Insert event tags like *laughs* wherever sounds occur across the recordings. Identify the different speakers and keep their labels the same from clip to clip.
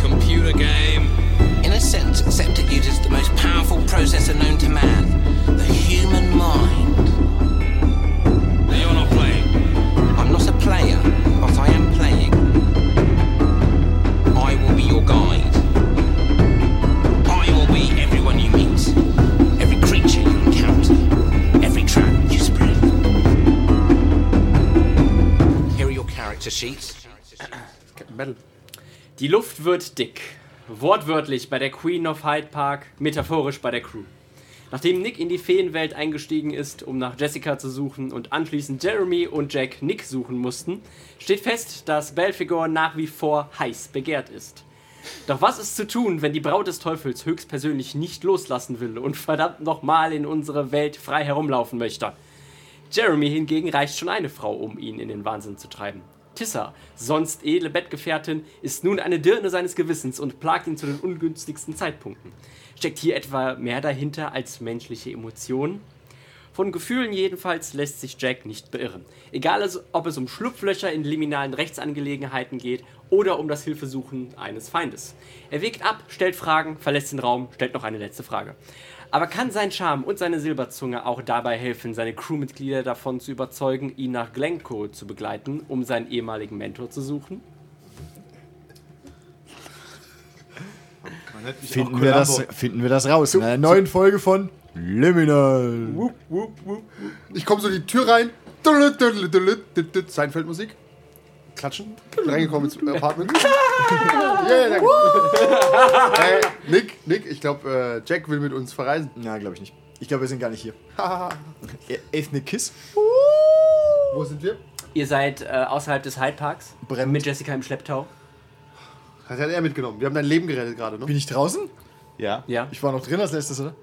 Speaker 1: computer game.
Speaker 2: In a sense, Sceptic uses the most powerful processor known to man the human mind.
Speaker 1: Now you're not playing.
Speaker 2: I'm not a player, but I am playing. I will be your guide. I will be everyone you meet, every creature you encounter, every trap you spread. Here are your character sheets.
Speaker 3: Captain Battle. Die Luft wird dick. Wortwörtlich bei der Queen of Hyde Park, metaphorisch bei der Crew. Nachdem Nick in die Feenwelt eingestiegen ist, um nach Jessica zu suchen und anschließend Jeremy und Jack Nick suchen mussten, steht fest, dass Belphegor nach wie vor heiß begehrt ist. Doch was ist zu tun, wenn die Braut des Teufels höchstpersönlich nicht loslassen will und verdammt nochmal in unsere Welt frei herumlaufen möchte? Jeremy hingegen reicht schon eine Frau, um ihn in den Wahnsinn zu treiben. Tissa, sonst edle Bettgefährtin, ist nun eine Dirne seines Gewissens und plagt ihn zu den ungünstigsten Zeitpunkten. Steckt hier etwa mehr dahinter als menschliche Emotionen? Von Gefühlen jedenfalls lässt sich Jack nicht beirren. Egal es- ob es um Schlupflöcher in liminalen Rechtsangelegenheiten geht oder um das Hilfesuchen eines Feindes. Er wägt ab, stellt Fragen, verlässt den Raum, stellt noch eine letzte Frage. Aber kann sein Charme und seine Silberzunge auch dabei helfen, seine Crewmitglieder davon zu überzeugen, ihn nach Glencoe zu begleiten, um seinen ehemaligen Mentor zu suchen?
Speaker 4: Man nennt mich
Speaker 5: Finden
Speaker 4: auch
Speaker 5: wir,
Speaker 4: Columbo.
Speaker 5: das, finden wir das raus. ne? In einer neuen Folge von Liminal.
Speaker 4: Uh, Ich komme so die Tür rein. Dulü, dulü, dulü, dü, dü, Seinfeld-Musik. Klatschen. Reingekommen ins Apartment. yeah, danke. hey, Nick, Nick, ich glaube, äh, Jack will mit uns verreisen.
Speaker 5: Na, glaube ich nicht. Ich glaube, wir sind gar
Speaker 4: *laughs*
Speaker 5: nicht hier. E- Ethnic Kiss.
Speaker 4: Wo sind wir?
Speaker 3: Ihr seid äh, außerhalb des Hyde Parks
Speaker 5: Bremst.
Speaker 3: mit Jessica im Schlepptau.
Speaker 4: Das hat er mitgenommen. Wir haben dein Leben gerettet gerade, ne?
Speaker 5: Bin ich draußen?
Speaker 4: Ja.
Speaker 3: Ja.
Speaker 5: Ich war noch drin als letztes, oder?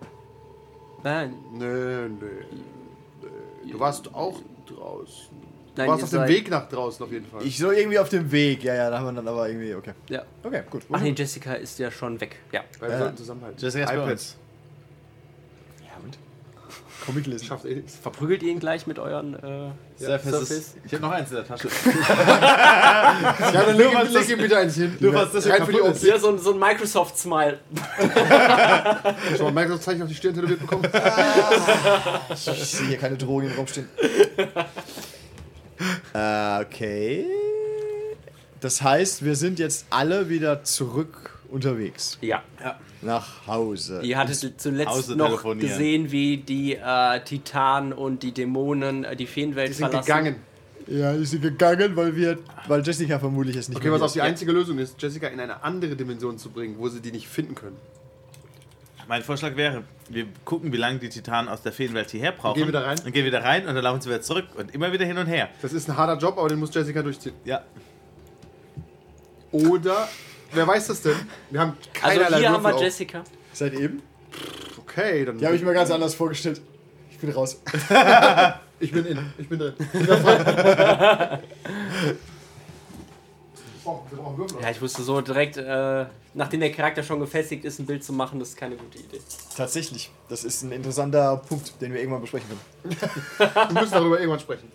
Speaker 3: Nein,
Speaker 4: Nö, nö. nö. Du warst auch draußen. Du
Speaker 3: nein,
Speaker 4: warst
Speaker 3: ihr
Speaker 4: auf dem
Speaker 3: seid-
Speaker 4: Weg nach draußen auf jeden Fall.
Speaker 5: Ich so irgendwie auf dem Weg. Ja, ja, da haben wir dann aber irgendwie. Okay.
Speaker 3: Ja.
Speaker 5: Okay, gut.
Speaker 3: Ach nee, Jessica ist ja schon weg. Ja.
Speaker 4: Weil wir
Speaker 5: Ja.
Speaker 4: sollten zusammenhalten.
Speaker 5: Das ist erst bei
Speaker 4: iPads.
Speaker 5: Ja, und? Comic lesen.
Speaker 4: Schafft eh nichts.
Speaker 3: Verprügelt ihr ihn gleich mit euren. Äh,
Speaker 6: Surface.
Speaker 3: Surface.
Speaker 6: Ist, ich habe noch eins in der Tasche.
Speaker 4: Ja, dann leg, ihm- leg ihm bitte eins hin. Du
Speaker 6: warst das hier
Speaker 4: Rein für die
Speaker 6: kaputt.
Speaker 4: Optik.
Speaker 3: ja, so, ein- so ein Microsoft-Smile.
Speaker 4: Schon mal Microsoft-Zeichen auf die Stirn tätowiert
Speaker 6: *laughs*
Speaker 4: bekommen.
Speaker 5: Ich sehe hier keine Drogen im Raum stehen. äh, okay. Das heißt, wir sind jetzt alle wieder zurück unterwegs.
Speaker 3: Ja.
Speaker 5: Nach Hause.
Speaker 3: Ihr hattet zuletzt
Speaker 6: Hause
Speaker 3: noch
Speaker 6: telefonieren.
Speaker 3: gesehen, wie die äh, Titanen und die Dämonen äh, die Feenwelt
Speaker 4: Die sind
Speaker 3: verlassen.
Speaker 4: gegangen.
Speaker 5: Ja, die sind gegangen, weil wir, weil Jessica vermutlich jetzt nicht
Speaker 4: Okay,
Speaker 5: mehr
Speaker 4: was
Speaker 5: hier
Speaker 4: auch die einzige Lösung ist, Jessica in eine andere Dimension zu bringen, wo sie die nicht finden können.
Speaker 6: Mein Vorschlag wäre, wir gucken, wie lange die Titanen aus der Feenwelt hierher brauchen.
Speaker 4: Gehen wir da rein?
Speaker 6: Dann gehen wir da rein und dann laufen sie wieder zurück und immer wieder hin und her.
Speaker 4: Das ist ein harter Job, aber den muss Jessica durchziehen.
Speaker 6: Ja.
Speaker 4: Oder, wer weiß das denn? Wir haben
Speaker 3: Also
Speaker 4: keinerlei
Speaker 3: hier haben
Speaker 4: Würfel
Speaker 3: wir
Speaker 4: auf.
Speaker 3: Jessica.
Speaker 5: ist. Seit eben?
Speaker 4: Okay, dann...
Speaker 5: Die habe ich mir ganz anders vorgestellt. Ich bin raus.
Speaker 4: ich bin in. Ich bin *laughs* drin. Oh, wir brauchen Würfel.
Speaker 3: Ja, ich wusste so direkt, äh, nachdem der Charakter schon gefestigt ist, ein Bild zu machen, das ist keine gute Idee.
Speaker 5: *laughs* Tatsächlich. Das ist ein interessanter Punkt, den wir irgendwann besprechen können.
Speaker 4: Wir müssen darüber irgendwann sprechen.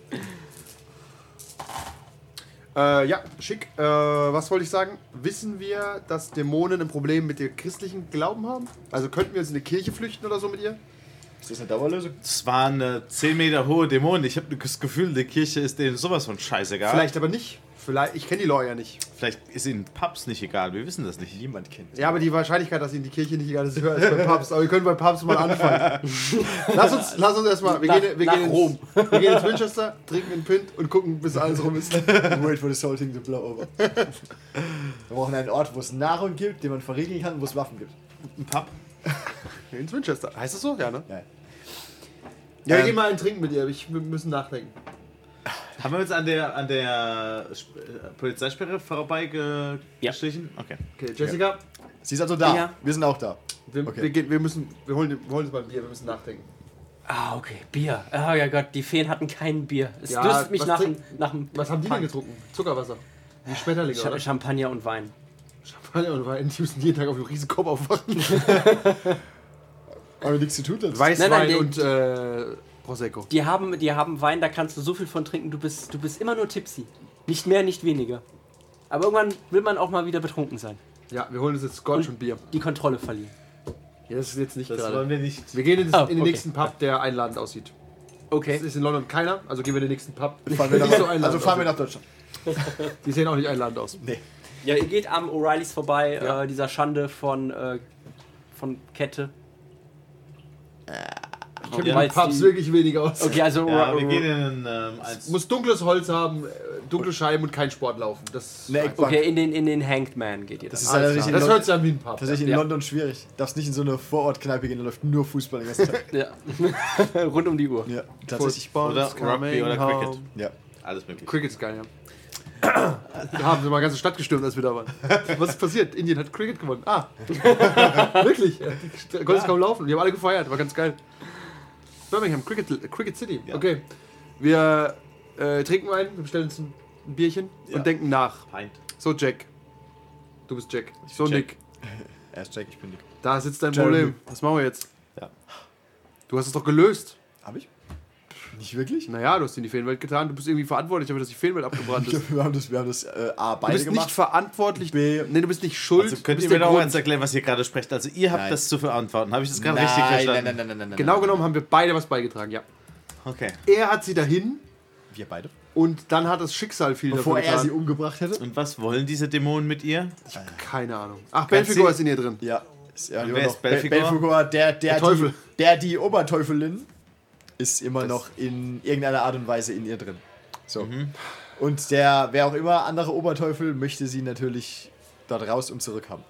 Speaker 4: Äh, ja, schick. Äh, was wollte ich sagen? Wissen wir, dass Dämonen ein Problem mit dem christlichen Glauben haben? Also könnten wir jetzt in eine Kirche flüchten oder so mit ihr?
Speaker 5: Ist das eine Dauerlösung?
Speaker 6: Das war eine 10 Meter hohe Dämonen. Ich habe das Gefühl, die Kirche ist denen sowas von scheißegal.
Speaker 4: Vielleicht aber nicht. Vielleicht, ich kenne die Lawyer nicht.
Speaker 6: Vielleicht ist ihnen Pubs nicht egal. Wir wissen das nicht.
Speaker 5: Niemand kennt.
Speaker 4: Ja, aber die Wahrscheinlichkeit, dass ihnen die Kirche nicht egal ist, ist höher als beim Papst. Aber wir können beim Papst mal anfangen. *laughs* lass uns, lass uns erstmal. Wir
Speaker 3: Nach-
Speaker 4: gehen, wir
Speaker 3: nach
Speaker 4: gehen ins,
Speaker 3: Rom.
Speaker 4: Wir gehen ins Winchester, trinken einen Pint und gucken, bis alles rum ist.
Speaker 5: Wait for *laughs* the salting the blowover. wir brauchen einen Ort, wo es Nahrung gibt, den man verriegeln kann, wo es Waffen gibt.
Speaker 6: Ein Pub?
Speaker 4: *laughs* Ins Winchester. Heißt das so? Ja, ne?
Speaker 5: Geil.
Speaker 4: Ja, wir
Speaker 6: Ähm,
Speaker 4: gehen mal einen trinken mit ihr. Ich, wir müssen nachdenken.
Speaker 6: Haben wir uns an der, an der Sp- äh, Polizeisperre vorbeigeschlichen?
Speaker 3: Ja.
Speaker 6: Okay.
Speaker 4: Okay, Jessica,
Speaker 5: Sie ist also da.
Speaker 3: Ja.
Speaker 5: Wir sind auch da.
Speaker 4: wir,
Speaker 5: Okay.
Speaker 4: wir, gehen, wir müssen. Wir holen, wir holen uns mal ein Bier, wir müssen nachdenken.
Speaker 3: Ah, okay. Bier. Oh ja Gott, die Feen hatten kein Bier. Es
Speaker 4: Ja,
Speaker 3: dürstet mich
Speaker 4: was
Speaker 3: nach,
Speaker 4: trinken-
Speaker 3: nach dem.
Speaker 4: Was haben die denn getrunken? Zuckerwasser. Die Schmetterlinge,
Speaker 3: Cha-
Speaker 4: oder?
Speaker 3: Champagner und Wein.
Speaker 4: Champagner und Wein. *laughs* Die müssen jeden Tag auf einen riesen Kopf aufwachen.
Speaker 5: Aber nichts zu tun. Das
Speaker 4: Weißwein
Speaker 3: Nein, nein, die-
Speaker 4: und äh, Prosecco.
Speaker 3: Die haben, die haben Wein, da kannst du so viel von trinken, du bist, du bist immer nur tipsy. Nicht mehr, nicht weniger. Aber irgendwann will man auch mal wieder betrunken sein.
Speaker 4: Ja, wir holen uns jetzt Scotch und Bier.
Speaker 3: die Kontrolle verlieren.
Speaker 4: Ja, das ist jetzt nicht
Speaker 6: Das
Speaker 4: gerade.
Speaker 6: wollen wir nicht.
Speaker 4: Wir gehen in,
Speaker 3: Ah,
Speaker 4: in den
Speaker 3: okay.
Speaker 4: nächsten Pub, der einladend aussieht.
Speaker 3: Okay.
Speaker 4: Es ist in London keiner, also gehen wir in den nächsten Pub.
Speaker 5: Fahren wir
Speaker 4: Die
Speaker 5: nach,
Speaker 4: so einladend
Speaker 5: also fahren wir
Speaker 4: aussieht.
Speaker 5: nach Deutschland.
Speaker 4: Die sehen auch nicht einladend aus.
Speaker 3: Ja, ihr geht am O'Reillys vorbei,
Speaker 4: Ja.
Speaker 3: äh, dieser Schande von, äh, von Kette.
Speaker 4: Ich kenne
Speaker 3: Ja,
Speaker 4: die Pubs
Speaker 3: die-
Speaker 4: wirklich wenig aus.
Speaker 3: Okay, also
Speaker 6: Ja,
Speaker 3: O'Re-
Speaker 6: wir gehen in ähm, eins.
Speaker 4: äh, Muss dunkles Holz haben, äh, dunkle Scheiben und kein Sport laufen. Das,
Speaker 5: Eine Eckbank.
Speaker 3: okay in den in den Hanged Man geht ihr.
Speaker 5: Das
Speaker 3: dann.
Speaker 5: ist allerdings in,
Speaker 4: das hört
Speaker 5: London,
Speaker 4: sich an wie ein Pub.
Speaker 5: tatsächlich in London schwierig. Darfst nicht in so eine Vorortkneipe gehen, da läuft nur Fußball den
Speaker 4: *laughs*
Speaker 5: ganzen Tag.
Speaker 3: ja. *laughs* rund um die Uhr.
Speaker 5: ja, tatsächlich.
Speaker 6: Oder Rugby oder Cricket.
Speaker 5: Ja.
Speaker 6: Alles möglich.
Speaker 4: Cricket ist geil, ja. Da haben sie mal ganze Stadt gestürmt, als wir da waren. Was ist passiert? Indien hat Cricket gewonnen. Ah, *laughs* wirklich. Da konnte es kaum laufen. Die haben alle gefeiert, war ganz geil. Birmingham, Cricket, äh, Cricket City. Okay. Wir äh, trinken einen, wir bestellen uns ein, ein Bierchen
Speaker 5: Ja.
Speaker 4: und denken nach.
Speaker 6: Pint.
Speaker 4: So, Jack. Du bist Jack. So,
Speaker 6: bin Jack.
Speaker 4: Nick.
Speaker 5: Erst Jack, ich bin Nick.
Speaker 4: Da sitzt dein
Speaker 5: Jeremy.
Speaker 4: Problem. Was machen wir jetzt?
Speaker 5: Ja.
Speaker 4: Du hast es doch gelöst.
Speaker 5: Hab ich? Nicht wirklich?
Speaker 4: Naja, du hast in die Feenwelt getan. Du bist irgendwie verantwortlich dafür, dass die Feenwelt abgebrannt
Speaker 5: *laughs* Ich
Speaker 4: ist.
Speaker 5: glaub, wir haben das, wir haben das äh, A
Speaker 4: Du
Speaker 5: beide
Speaker 4: bist nicht
Speaker 5: gemacht.
Speaker 4: verantwortlich.
Speaker 5: B.
Speaker 4: Nee, du bist nicht schuld.
Speaker 6: Also
Speaker 4: du
Speaker 6: könnt ihr
Speaker 4: bist
Speaker 6: mir
Speaker 4: der
Speaker 6: noch
Speaker 4: Grund.
Speaker 6: mal jetzt erklären, was ihr gerade sprecht? Also ihr habt
Speaker 5: Nein.
Speaker 6: das zu verantworten. Habe ich das gerade
Speaker 5: nein,
Speaker 6: richtig verstanden?
Speaker 5: nein, nein, nein, nein, nein, nein.
Speaker 4: Genau
Speaker 5: nein.
Speaker 4: genommen haben wir beide was beigetragen, ja.
Speaker 6: Okay.
Speaker 4: Er hat sie dahin
Speaker 5: Wir beide.
Speaker 4: und dann hat das Schicksal viel
Speaker 5: Bevor
Speaker 4: davon
Speaker 5: er sie
Speaker 4: getan.
Speaker 5: umgebracht hätte.
Speaker 6: Und was wollen diese Dämonen mit ihr?
Speaker 4: Keine Ahnung. Ach,
Speaker 6: Kannst
Speaker 4: Belfigur
Speaker 6: sie-
Speaker 4: ist in ihr drin.
Speaker 5: Ja. Ist ja
Speaker 6: wer
Speaker 5: immer noch
Speaker 6: ist
Speaker 5: Bel-
Speaker 6: Belphegor?
Speaker 5: Belphegor, der, der,
Speaker 4: Der Teufel.
Speaker 5: Die, der, die Oberteufelin, ist immer
Speaker 4: Das-
Speaker 5: noch in irgendeiner Art und Weise in ihr drin. So. Und der, wer auch immer andere Oberteufel, möchte sie natürlich dort raus und zurück haben.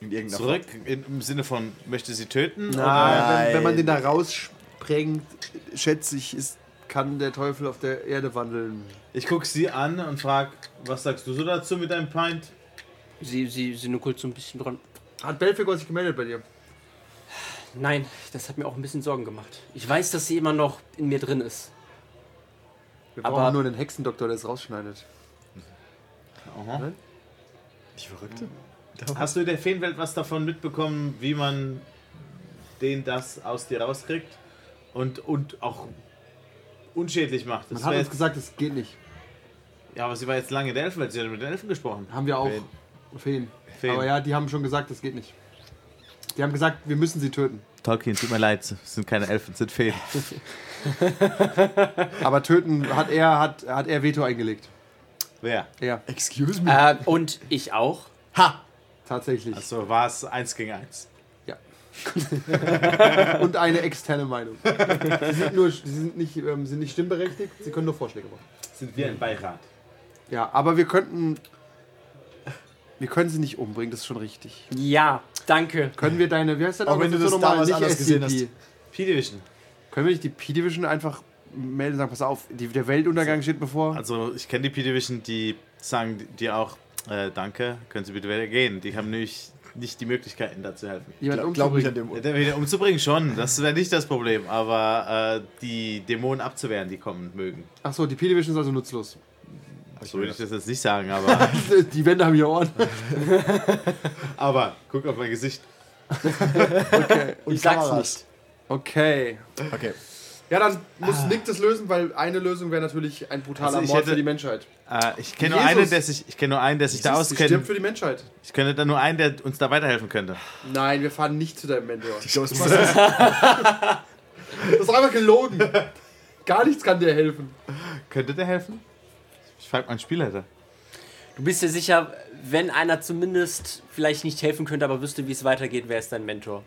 Speaker 5: In irgendeiner
Speaker 6: Zurück in, im Sinne von möchte sie töten?
Speaker 4: Ah, Wenn, wenn man
Speaker 5: Nein.
Speaker 4: den da raussprengt, schätze ich, ist, kann der Teufel auf der Erde wandeln.
Speaker 6: Ich gucke sie an und frage, was sagst du so dazu mit deinem Pint?
Speaker 3: Sie sie sie nuckelt so ein bisschen dran.
Speaker 4: Hat Belfigur sich gemeldet bei dir?
Speaker 3: Nein, das hat mir auch ein bisschen Sorgen gemacht. Ich weiß, dass sie immer noch in mir drin ist.
Speaker 4: Wir
Speaker 3: Aber-
Speaker 4: brauchen nur einen Hexendoktor, der es rausschneidet.
Speaker 6: Aha.
Speaker 5: Form. Die Verrückte.
Speaker 6: Hast du in der Feenwelt was davon mitbekommen, wie man den das aus dir rauskriegt? Und, und auch unschädlich macht. Das
Speaker 4: Man hat
Speaker 6: wär
Speaker 4: uns
Speaker 6: jetzt-
Speaker 4: gesagt, es geht nicht.
Speaker 6: ja, aber sie war jetzt lange in der Elfenwelt, sie hat mit den Elfen gesprochen.
Speaker 4: Haben wir auch.
Speaker 5: Wen?
Speaker 4: Feen.
Speaker 6: Feen.
Speaker 4: Aber ja, die haben schon gesagt, es geht nicht. Die haben gesagt, wir müssen sie töten.
Speaker 6: Tolkien, tut mir leid, es sind keine Elfen, es sind Feen.
Speaker 4: Aber töten hat er, hat, hat er Veto eingelegt.
Speaker 6: Wer?
Speaker 4: Ja,
Speaker 5: Excuse me.
Speaker 3: Äh, und ich auch.
Speaker 5: Ha!
Speaker 4: tatsächlich.
Speaker 6: Achso, war es eins gegen eins.
Speaker 4: *laughs* Und eine externe Meinung. Sie sind, nur, sie sind, nicht, ähm, sind nicht stimmberechtigt, sie können nur Vorschläge machen.
Speaker 6: Sind wir ein Beirat?
Speaker 4: Ja, aber wir könnten. Wir können sie nicht umbringen, das ist schon richtig.
Speaker 3: Ja, danke.
Speaker 4: Können wir deine. Wie heißt deine
Speaker 5: Auch wenn du das
Speaker 4: Organisation nochmal?
Speaker 5: damals anders gesehen
Speaker 4: SCP.
Speaker 6: P-Division.
Speaker 4: Können wir nicht die P-Division einfach melden und sagen, pass auf, die, der Weltuntergang steht bevor?
Speaker 6: Also ich kenne die P-Division, die sagen dir auch, äh, danke, können Sie bitte wieder gehen. Die haben nämlich nicht die Möglichkeiten, da zu helfen.
Speaker 4: Jemand
Speaker 5: Glaub, glaub nicht an
Speaker 4: umzubringen.
Speaker 5: dem.
Speaker 6: Der wieder umzubringen schon, das wäre nicht das Problem, aber äh, die Dämonen abzuwehren, die kommen mögen.
Speaker 4: Achso, die P-Division ist also nutzlos.
Speaker 6: So würde ich das jetzt nicht sagen, aber,
Speaker 4: *laughs* Die Wände haben ja Ohren.
Speaker 6: *laughs* aber guck auf mein Gesicht.
Speaker 5: Und
Speaker 3: Ich sag's
Speaker 5: Kameras.
Speaker 4: Okay. Ah.
Speaker 5: Okay.
Speaker 4: Ja, dann muss Nick das lösen, weil eine Lösung wäre natürlich ein brutaler
Speaker 6: Also ich
Speaker 4: Mord
Speaker 6: hätte-
Speaker 4: für die Menschheit.
Speaker 6: Äh, ich kenne nur
Speaker 4: Jesus.
Speaker 6: einen, der sich, ich kenne nur einen, der sich da
Speaker 4: Sie stirbt
Speaker 6: auskennt.
Speaker 4: für die Menschheit.
Speaker 6: Ich kenne da nur einen, der uns da weiterhelfen könnte.
Speaker 4: Nein, wir fahren nicht zu deinem Mentor.
Speaker 5: Die Ghostbusters.
Speaker 4: *laughs* Das ist einfach gelogen. *laughs* Gar nichts kann dir helfen.
Speaker 6: Könnte der helfen? Ich frage meinen Spielleiter.
Speaker 3: Du bist dir sicher, wenn einer zumindest vielleicht nicht helfen könnte, aber wüsste, wie es weitergeht, wer ist dein Mentor?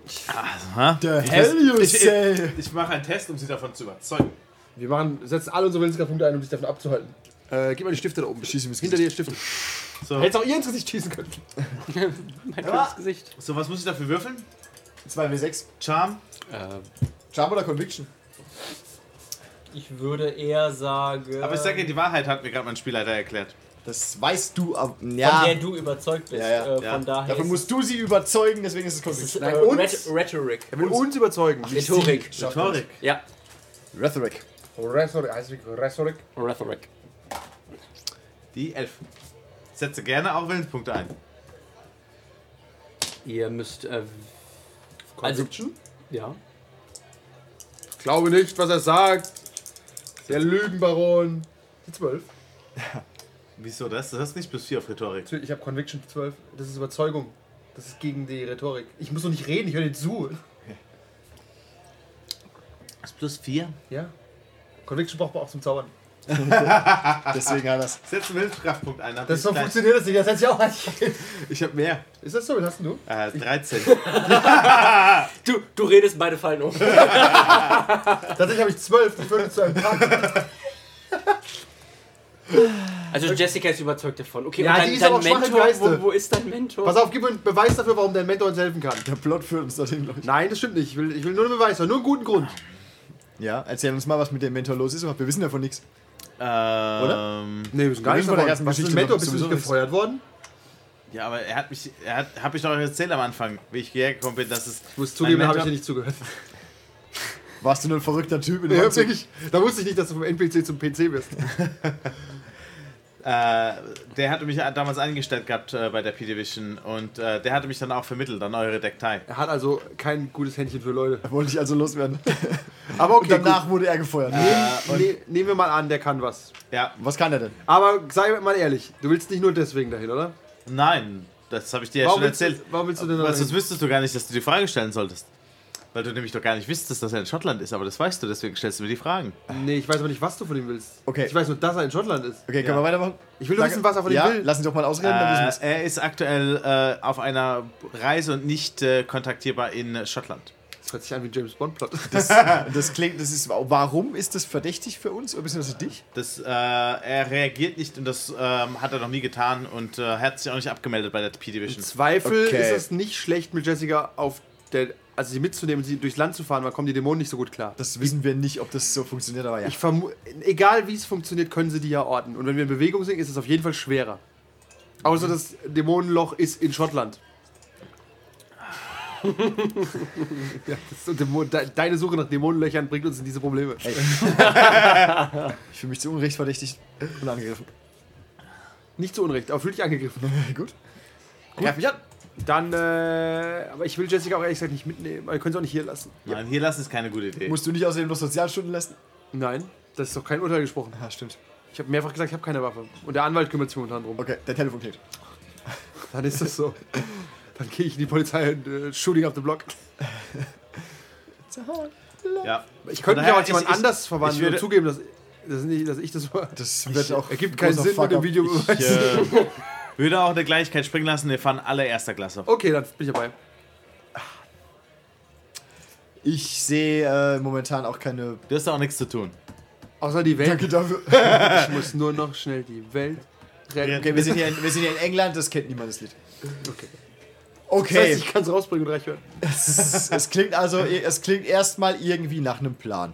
Speaker 5: The hell you
Speaker 6: Ich- ich-
Speaker 5: say!
Speaker 6: *laughs* Ich mache einen Test, um sie davon zu überzeugen.
Speaker 4: Wir machen, setzen alle unsere Willenskraftpunkte ein, um dich davon abzuhalten. Äh, gib mal die Stifte da oben.
Speaker 5: Schieß ihm ins
Speaker 4: Hinter dir Stifte.
Speaker 6: So,
Speaker 4: Hättest auch ihr ins Gesicht schießen können.
Speaker 3: Mein schönes Gesicht.
Speaker 6: so, was muss ich dafür würfeln?
Speaker 5: 2W6.
Speaker 6: Charm?
Speaker 5: Charm oder Conviction?
Speaker 3: Ich würde eher sagen.
Speaker 6: Aber ich sage dir, die Wahrheit hat mir gerade mein Spielleiter erklärt.
Speaker 5: Das weißt du, aber.
Speaker 3: von
Speaker 5: Ja.
Speaker 3: der du überzeugt bist.
Speaker 5: Ja, ja,
Speaker 3: äh,
Speaker 6: ja.
Speaker 3: Von daher
Speaker 5: Dafür
Speaker 3: ist
Speaker 5: musst du sie überzeugen, deswegen ist es
Speaker 3: es- ist,
Speaker 5: Conviction.
Speaker 4: Nein,
Speaker 3: äh,
Speaker 4: uns-
Speaker 3: Rhet Rhetoric.
Speaker 4: Er will uns überzeugen.
Speaker 3: Rhetorik.
Speaker 6: Rhetorik.
Speaker 3: Ja,
Speaker 5: Rhetoric.
Speaker 4: Rhetorik, heißt wie Rhetorik?
Speaker 3: Rhetoric.
Speaker 6: Die elf. Setze gerne auch Willenspunkte ein.
Speaker 3: Ihr müsst. Äh, also,
Speaker 4: Conviction?
Speaker 3: ja.
Speaker 4: Ich glaube nicht, was er sagt. Der Lügenbaron. Die 12.
Speaker 6: Wieso das? Du hast nicht plus 4 auf Rhetorik.
Speaker 4: Ich habe Conviction 12. Das ist Überzeugung. Das ist gegen die Rhetorik. Ich muss doch nicht reden, ich höre dir zu.
Speaker 6: Das *laughs* ist plus 4.
Speaker 4: Ja? Conviction braucht man auch zum Zaubern.
Speaker 5: Deswegen hat das.
Speaker 6: Setz einen Hilfskraftpunkt ein. hab
Speaker 4: Das
Speaker 6: ich
Speaker 4: so
Speaker 6: gleich.
Speaker 4: funktioniert das nicht, das hätte ich auch nicht.
Speaker 6: Ich habe mehr.
Speaker 4: *laughs* Ist das so? Was hast denn du?
Speaker 6: Äh,
Speaker 4: *laughs*
Speaker 6: 13.
Speaker 3: Du, du redest, beide fallen um.
Speaker 4: Tatsächlich habe ich zwölf, das würde zu einem Tag.
Speaker 3: *laughs* Also Jessica ist überzeugt davon. Okay,
Speaker 4: Ja,
Speaker 3: und
Speaker 4: die
Speaker 3: dein,
Speaker 4: ist aber
Speaker 3: dein
Speaker 4: auch schwach im
Speaker 3: Mentor,
Speaker 4: Geiste.
Speaker 3: wo, wo ist dein Mentor?
Speaker 4: Pass auf, gib mir einen Beweis dafür, warum dein Mentor uns helfen kann.
Speaker 5: Der Plot führt uns dorthin, glaube ich.
Speaker 4: Nein, das stimmt nicht. Ich will, ich will nur einen Beweis, haben, nur einen guten Grund.
Speaker 5: Ja, erzähl uns mal, was mit dem Mentor los ist. überhaupt. Wir wissen davon nichts.
Speaker 6: Äh, ähm,
Speaker 4: Nee, wir wissen
Speaker 5: Wir wissen von der ganzen
Speaker 4: Was ist
Speaker 5: Geschichte
Speaker 4: ein Mentor?
Speaker 5: noch
Speaker 4: Bist du nicht
Speaker 5: sowieso
Speaker 4: gefeuert worden?
Speaker 6: ja, aber er hat mich, er hat, hab ich doch erzählt am Anfang, wie ich hierher gekommen bin, dass es.
Speaker 4: Ich muss zugeben, da habe ich
Speaker 6: Mentor-
Speaker 4: dir nicht *laughs* zugehört.
Speaker 5: Warst du nur ein verrückter Typ in dem
Speaker 4: Ja,
Speaker 5: Anzug?
Speaker 4: wirklich. Da wusste ich nicht, dass du vom NPC zum PC wirst.
Speaker 6: Äh, der hatte mich damals angestellt gehabt äh, bei der P-Division und äh, der hatte mich dann auch vermittelt an eure Dektei.
Speaker 4: Er hat also kein gutes Händchen für Leute.
Speaker 5: Wollte ich also loswerden.
Speaker 4: Aber okay,
Speaker 5: Danach
Speaker 4: gut.
Speaker 5: wurde er gefeuert.
Speaker 4: Nehmen, ne, nehmen wir mal an, der kann was.
Speaker 6: Ja,
Speaker 5: Was kann er denn?
Speaker 4: Aber sei mal ehrlich, du willst nicht nur deswegen dahin, oder?
Speaker 6: nein, das habe ich dir ja
Speaker 4: Warum
Speaker 6: schon
Speaker 4: willst,
Speaker 6: erzählt.
Speaker 4: du, warum willst du denn
Speaker 6: Weil
Speaker 4: dahin?
Speaker 6: sonst wüsstest du gar nicht, dass du die Frage stellen solltest. Weil du nämlich doch gar nicht wüsstest, dass er in Schottland ist, aber das weißt du, deswegen stellst du mir die Fragen.
Speaker 4: Nee, ich weiß aber nicht, was du von ihm willst.
Speaker 5: Okay.
Speaker 4: Ich weiß nur, dass er in Schottland ist.
Speaker 5: Okay, können wir weitermachen?
Speaker 4: Ich will nur
Speaker 5: Danke.
Speaker 4: wissen, was er von ihm
Speaker 5: ja,
Speaker 4: will.
Speaker 5: Lass uns doch mal ausreden, dann wissen
Speaker 6: Äh,
Speaker 5: wir's.
Speaker 6: er ist aktuell äh, auf einer Reise und nicht äh, kontaktierbar in Schottland.
Speaker 4: Das hört sich an wie ein James Bond-Plot.
Speaker 5: Das, *laughs* das klingt, das ist. Warum ist das verdächtig für uns? Oder beziehungsweise dich?
Speaker 6: Das, äh, er reagiert nicht und das ähm, hat er noch nie getan und äh, hat sich auch nicht abgemeldet bei der
Speaker 4: Im
Speaker 6: P-Division.
Speaker 4: Zweifel
Speaker 5: Okay.
Speaker 4: ist es nicht schlecht, mit Jessica auf der, also sie mitzunehmen, sie durchs Land zu fahren, weil kommen die Dämonen nicht so gut klar.
Speaker 5: Das wissen wir nicht, ob das so funktioniert, aber ja.
Speaker 4: Ich vermu egal wie es funktioniert, können sie die ja orten. Und wenn wir in Bewegung sind, ist es auf jeden Fall schwerer. Außer das Dämonenloch ist in *laughs* Schottland. ja, das ist Dämon de deine Suche nach Dämonenlöchern bringt uns in diese Probleme.
Speaker 5: Ich fühle mich zu Unrecht verdächtigt und angegriffen. *laughs*
Speaker 4: Nicht zu Unrecht, aber fühl dich angegriffen.
Speaker 5: Gut.
Speaker 4: Greif mich an. Dann, äh, aber ich will Jessica auch ehrlich gesagt nicht mitnehmen. Wir können sie auch nicht hier lassen.
Speaker 6: Nein, hier lassen ist keine gute Idee.
Speaker 5: Musst du nicht außerdem noch Sozialstunden lassen?
Speaker 4: Nein, das ist doch kein Urteil gesprochen.
Speaker 5: Ah, stimmt.
Speaker 4: Ich habe mehrfach gesagt, ich habe keine Waffe. Und der Anwalt kümmert sich momentan drum.
Speaker 5: Okay, der Telefon klingt.
Speaker 4: Dann ist das so. Dann gehe ich in die Polizei und äh, shooting auf the block.
Speaker 6: ja.
Speaker 4: Ich könnte mich
Speaker 6: Daher,
Speaker 4: auch als
Speaker 6: ich-
Speaker 4: jemand
Speaker 6: ich-
Speaker 4: anders verwandeln
Speaker 6: ich würde-
Speaker 4: und zugeben, dass, dass, nicht, dass ich das war.
Speaker 5: Das wird auch.
Speaker 4: ergibt
Speaker 5: ein
Speaker 4: keinen
Speaker 5: großer
Speaker 4: Sinn mit dem
Speaker 5: Fuck-up.
Speaker 4: Video.
Speaker 5: Ich,
Speaker 6: Ich, äh, würde auch eine Gleichheit springen lassen, wir fahren alle erster Klasse.
Speaker 4: Okay, dann bin ich dabei.
Speaker 5: ich sehe äh, momentan auch keine.
Speaker 6: Du hast da auch nichts zu tun.
Speaker 4: Außer die Welt.
Speaker 5: Danke dafür.
Speaker 4: Ich muss nur noch schnell die Welt retten.
Speaker 5: Okay, wir sind, hier in, wir sind hier in England, das kennt niemand das Lied.
Speaker 4: Okay. Das heißt,
Speaker 5: Okay,
Speaker 4: ich kann es rausbringen und reich werden.
Speaker 5: es, es klingt also, es klingt erstmal irgendwie nach einem Plan.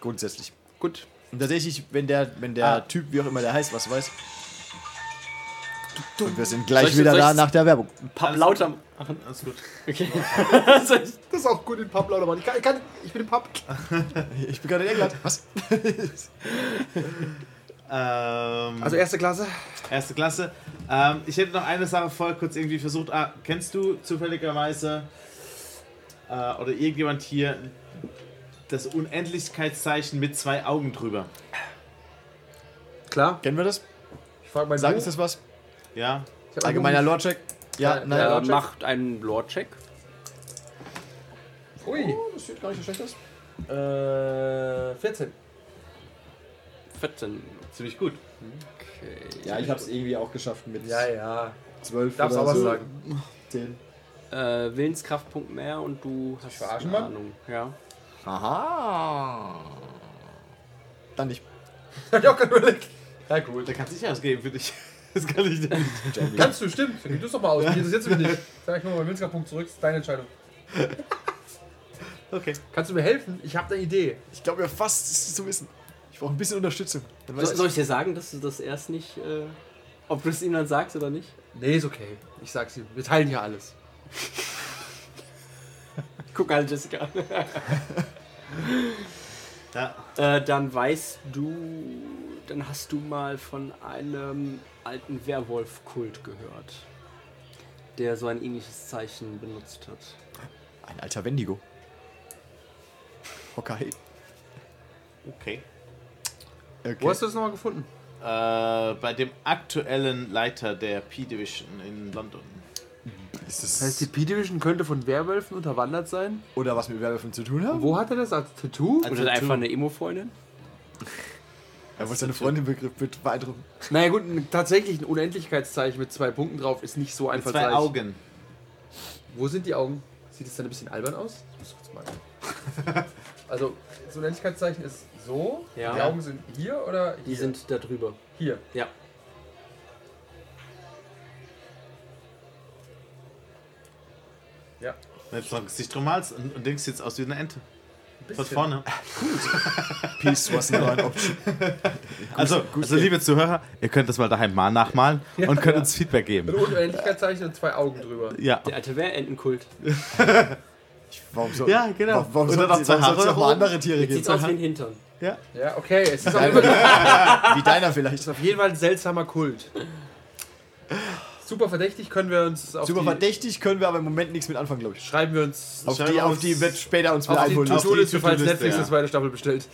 Speaker 5: Grundsätzlich.
Speaker 4: Gut.
Speaker 5: Und tatsächlich, wenn der, wenn
Speaker 4: Ah.
Speaker 5: der Typ, wie auch immer der heißt, was weiß. Und wir sind
Speaker 3: Soll
Speaker 5: gleich
Speaker 3: ich-
Speaker 5: wieder
Speaker 3: soll
Speaker 5: da
Speaker 3: ich-
Speaker 5: nach der Werbung.
Speaker 3: Papp *laughs* lauter.
Speaker 6: Alles gut.
Speaker 3: Okay. Also
Speaker 4: Das ist auch gut in Pub, Lautermann. Ich, kann, ich, kann, ich bin im Pub.
Speaker 5: Ich bin gerade in England. Was?
Speaker 6: Ähm,
Speaker 4: Also erste Klasse.
Speaker 6: erste Klasse. Ähm, ich hätte noch eine Sache vorher kurz irgendwie versucht. Ah, kennst du zufälligerweise äh, oder irgendjemand hier das Unendlichkeitszeichen mit zwei Augen drüber?
Speaker 4: Klar.
Speaker 5: Kennen wir das?
Speaker 4: Ich frage meinen
Speaker 5: Sagt uns das was?
Speaker 6: Ja.
Speaker 4: Ich hab
Speaker 5: Allgemeiner
Speaker 4: einen
Speaker 5: Lordcheck. Ja,
Speaker 4: Ja,
Speaker 5: nein,
Speaker 3: Äh,
Speaker 5: Lordcheck.
Speaker 3: macht einen Lore-Check.
Speaker 4: Ui,
Speaker 5: Das sieht gar nicht so schlecht aus.
Speaker 4: äh, 14.
Speaker 3: 14.
Speaker 6: Ziemlich gut.
Speaker 3: Okay.
Speaker 5: Ja, ich habe es irgendwie auch geschafft mit
Speaker 4: Ja, *laughs* ja.
Speaker 5: 12
Speaker 4: Darfst
Speaker 5: oder
Speaker 4: auch was
Speaker 5: so.
Speaker 4: sagen.
Speaker 5: 10.
Speaker 3: Äh, Willenskraftpunkt mehr und du hast
Speaker 4: verarschen,
Speaker 3: eine
Speaker 4: Mann?
Speaker 3: Ahnung. Ja.
Speaker 5: Aha. Dann nicht.
Speaker 4: Hab ich auch gerade überlegt. Ja, cool.
Speaker 6: Da kannst du dich ausgeben für dich. *laughs* Das kann ich nicht.
Speaker 4: Kannst du, stimmt. Gib du es doch mal aus. Mir interessiert mich *laughs* nicht. Sag ich nur mal Minsker-Punkt zurück. Das ist deine Entscheidung.
Speaker 6: Okay.
Speaker 4: Kannst du mir helfen? Ich habe eine Idee.
Speaker 5: Ich glaube ja fast, es ist zu wissen. Ich brauche ein bisschen Unterstützung. Dann
Speaker 3: So,
Speaker 5: weiß
Speaker 3: soll ich dir sagen, dass du das erst nicht, äh, ob du es ihm dann sagst oder nicht?
Speaker 4: Nee, ist okay. Ich sag's ihm. Wir teilen hier alles.
Speaker 3: Guck mal, Jessica. an.
Speaker 6: Ja.
Speaker 3: Äh, dann weißt du, dann hast du mal von einem alten Werwolf-Kult gehört, der so ein ähnliches Zeichen benutzt hat.
Speaker 5: ich- Ein alter Wendigo. Okay.
Speaker 6: Okay.
Speaker 5: okay.
Speaker 4: Wo hast du das nochmal gefunden?
Speaker 6: Äh, bei dem aktuellen Leiter der P-Division in London.
Speaker 5: Ist
Speaker 4: Das heißt, die
Speaker 5: das
Speaker 4: P-Division könnte von Werwölfen unterwandert sein.
Speaker 5: oder was mit Werwölfen zu tun haben?
Speaker 4: Wo hat er das? Als Tattoo?
Speaker 3: Oder einfach eine Emo-Freundin?
Speaker 5: Er muss seine Freundin begriff mit beeindrucken.
Speaker 4: Naja gut, ein- tatsächlich ein Unendlichkeitszeichen mit zwei Punkten drauf ist nicht so
Speaker 6: Mit
Speaker 4: einfach.
Speaker 6: zwei Augen.
Speaker 4: Wo sind die Augen? Sieht es dann ein bisschen albern aus? Ich muss kurz mal. *laughs* Also, das Unendlichkeitszeichen ist so.
Speaker 3: Ja.
Speaker 4: Die Augen sind hier oder hier?
Speaker 3: Die sind da drüber.
Speaker 4: hier.
Speaker 3: Ja.
Speaker 4: Ja.
Speaker 6: Jetzt drückst dich drum malst und, und denkst jetzt aus wie eine Ente.
Speaker 4: Ein
Speaker 6: Von
Speaker 4: bisschen.
Speaker 6: vorne.
Speaker 5: Peace was never an option.
Speaker 6: Also, also liebe Zuhörer, ihr könnt das mal daheim mal nachmalen und könnt uns Feedback
Speaker 4: Ein
Speaker 6: geben.
Speaker 4: Unendlichkeitszeichen und zwei Augen drüber.
Speaker 6: Ja.
Speaker 3: Der alte Wehrentenkult.
Speaker 5: Warum soll,
Speaker 6: Ja, genau.
Speaker 5: Warum
Speaker 6: Und
Speaker 5: soll
Speaker 6: dann noch
Speaker 5: es
Speaker 6: zwei Haare
Speaker 5: noch mal
Speaker 6: oben.
Speaker 5: andere Tiere
Speaker 3: Sieht
Speaker 5: geben?
Speaker 3: aus wie ein Hintern.
Speaker 4: Ja, okay. Es *laughs* ist auf jeden Fall-
Speaker 5: Wie deiner vielleicht.
Speaker 4: auf jeden Fall ein seltsamer Kult. Super verdächtig können wir uns auf
Speaker 5: Super
Speaker 4: die,
Speaker 5: verdächtig können wir aber im Moment nichts mit anfangen, glaube ich.
Speaker 4: Schreiben wir uns
Speaker 5: Auf
Speaker 6: Schreiben
Speaker 5: die,
Speaker 6: wir
Speaker 5: auf
Speaker 6: uns-
Speaker 5: die wird später uns wieder
Speaker 4: auf die
Speaker 5: einholen.
Speaker 4: To-Do-Liste, falls
Speaker 6: To-Do-Liste,
Speaker 4: Netflix
Speaker 6: ja.
Speaker 4: eine zweite Staffel bestellt.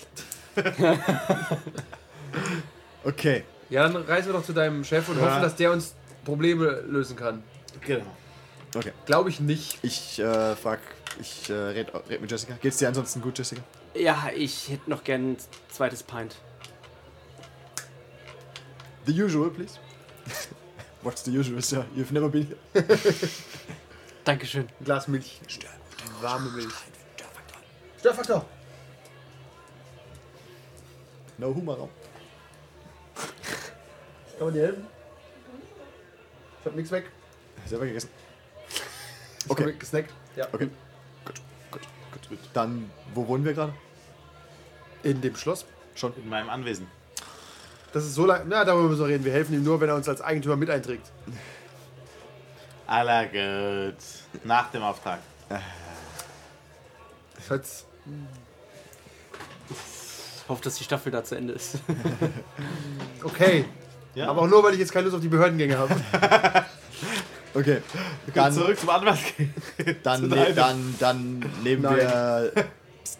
Speaker 5: Okay.
Speaker 4: Ja, dann reisen wir doch zu deinem Chef und hoffen, dass der uns Probleme lösen kann.
Speaker 6: Genau.
Speaker 4: Glaube ich nicht.
Speaker 5: Ich äh, frag, ich äh, red, red mit Jessica. Geht's dir ansonsten gut, Jessica?
Speaker 3: Ja, ich hätte noch gern ein zweites Pint.
Speaker 5: The usual, please. *laughs* What's the usual, sir? You've never been here.
Speaker 3: Dankeschön.
Speaker 4: Ein Glas Milch. Warme Milch. Störfaktor.
Speaker 5: No humor.
Speaker 4: Kann man dir helfen? Ich hab nichts weg.
Speaker 5: Selber gegessen.
Speaker 4: Ich
Speaker 5: Okay.
Speaker 4: hab gesnackt. Ja.
Speaker 5: Okay. Gut, gut. Dann, wo wohnen wir gerade?
Speaker 4: In dem Schloss.
Speaker 6: In meinem Anwesen.
Speaker 4: Das ist so lang. Na, darüber müssen wir reden. Wir helfen ihm nur, wenn er uns als Eigentümer mit einträgt.
Speaker 6: Aller gut. Nach dem Auftrag.
Speaker 4: Das heißt,
Speaker 3: Ich hoffe, dass die Staffel da zu Ende ist.
Speaker 4: okay.
Speaker 6: Ja.
Speaker 4: Aber auch nur, weil ich jetzt keine Lust auf die Behördengänge habe.
Speaker 5: Okay.
Speaker 6: Dann
Speaker 5: Dann,
Speaker 6: zurück zum Anwalt gehen.
Speaker 5: dann, ne,
Speaker 6: deinem.
Speaker 5: dann, dann nehmen
Speaker 4: Nein.
Speaker 5: wir. *laughs*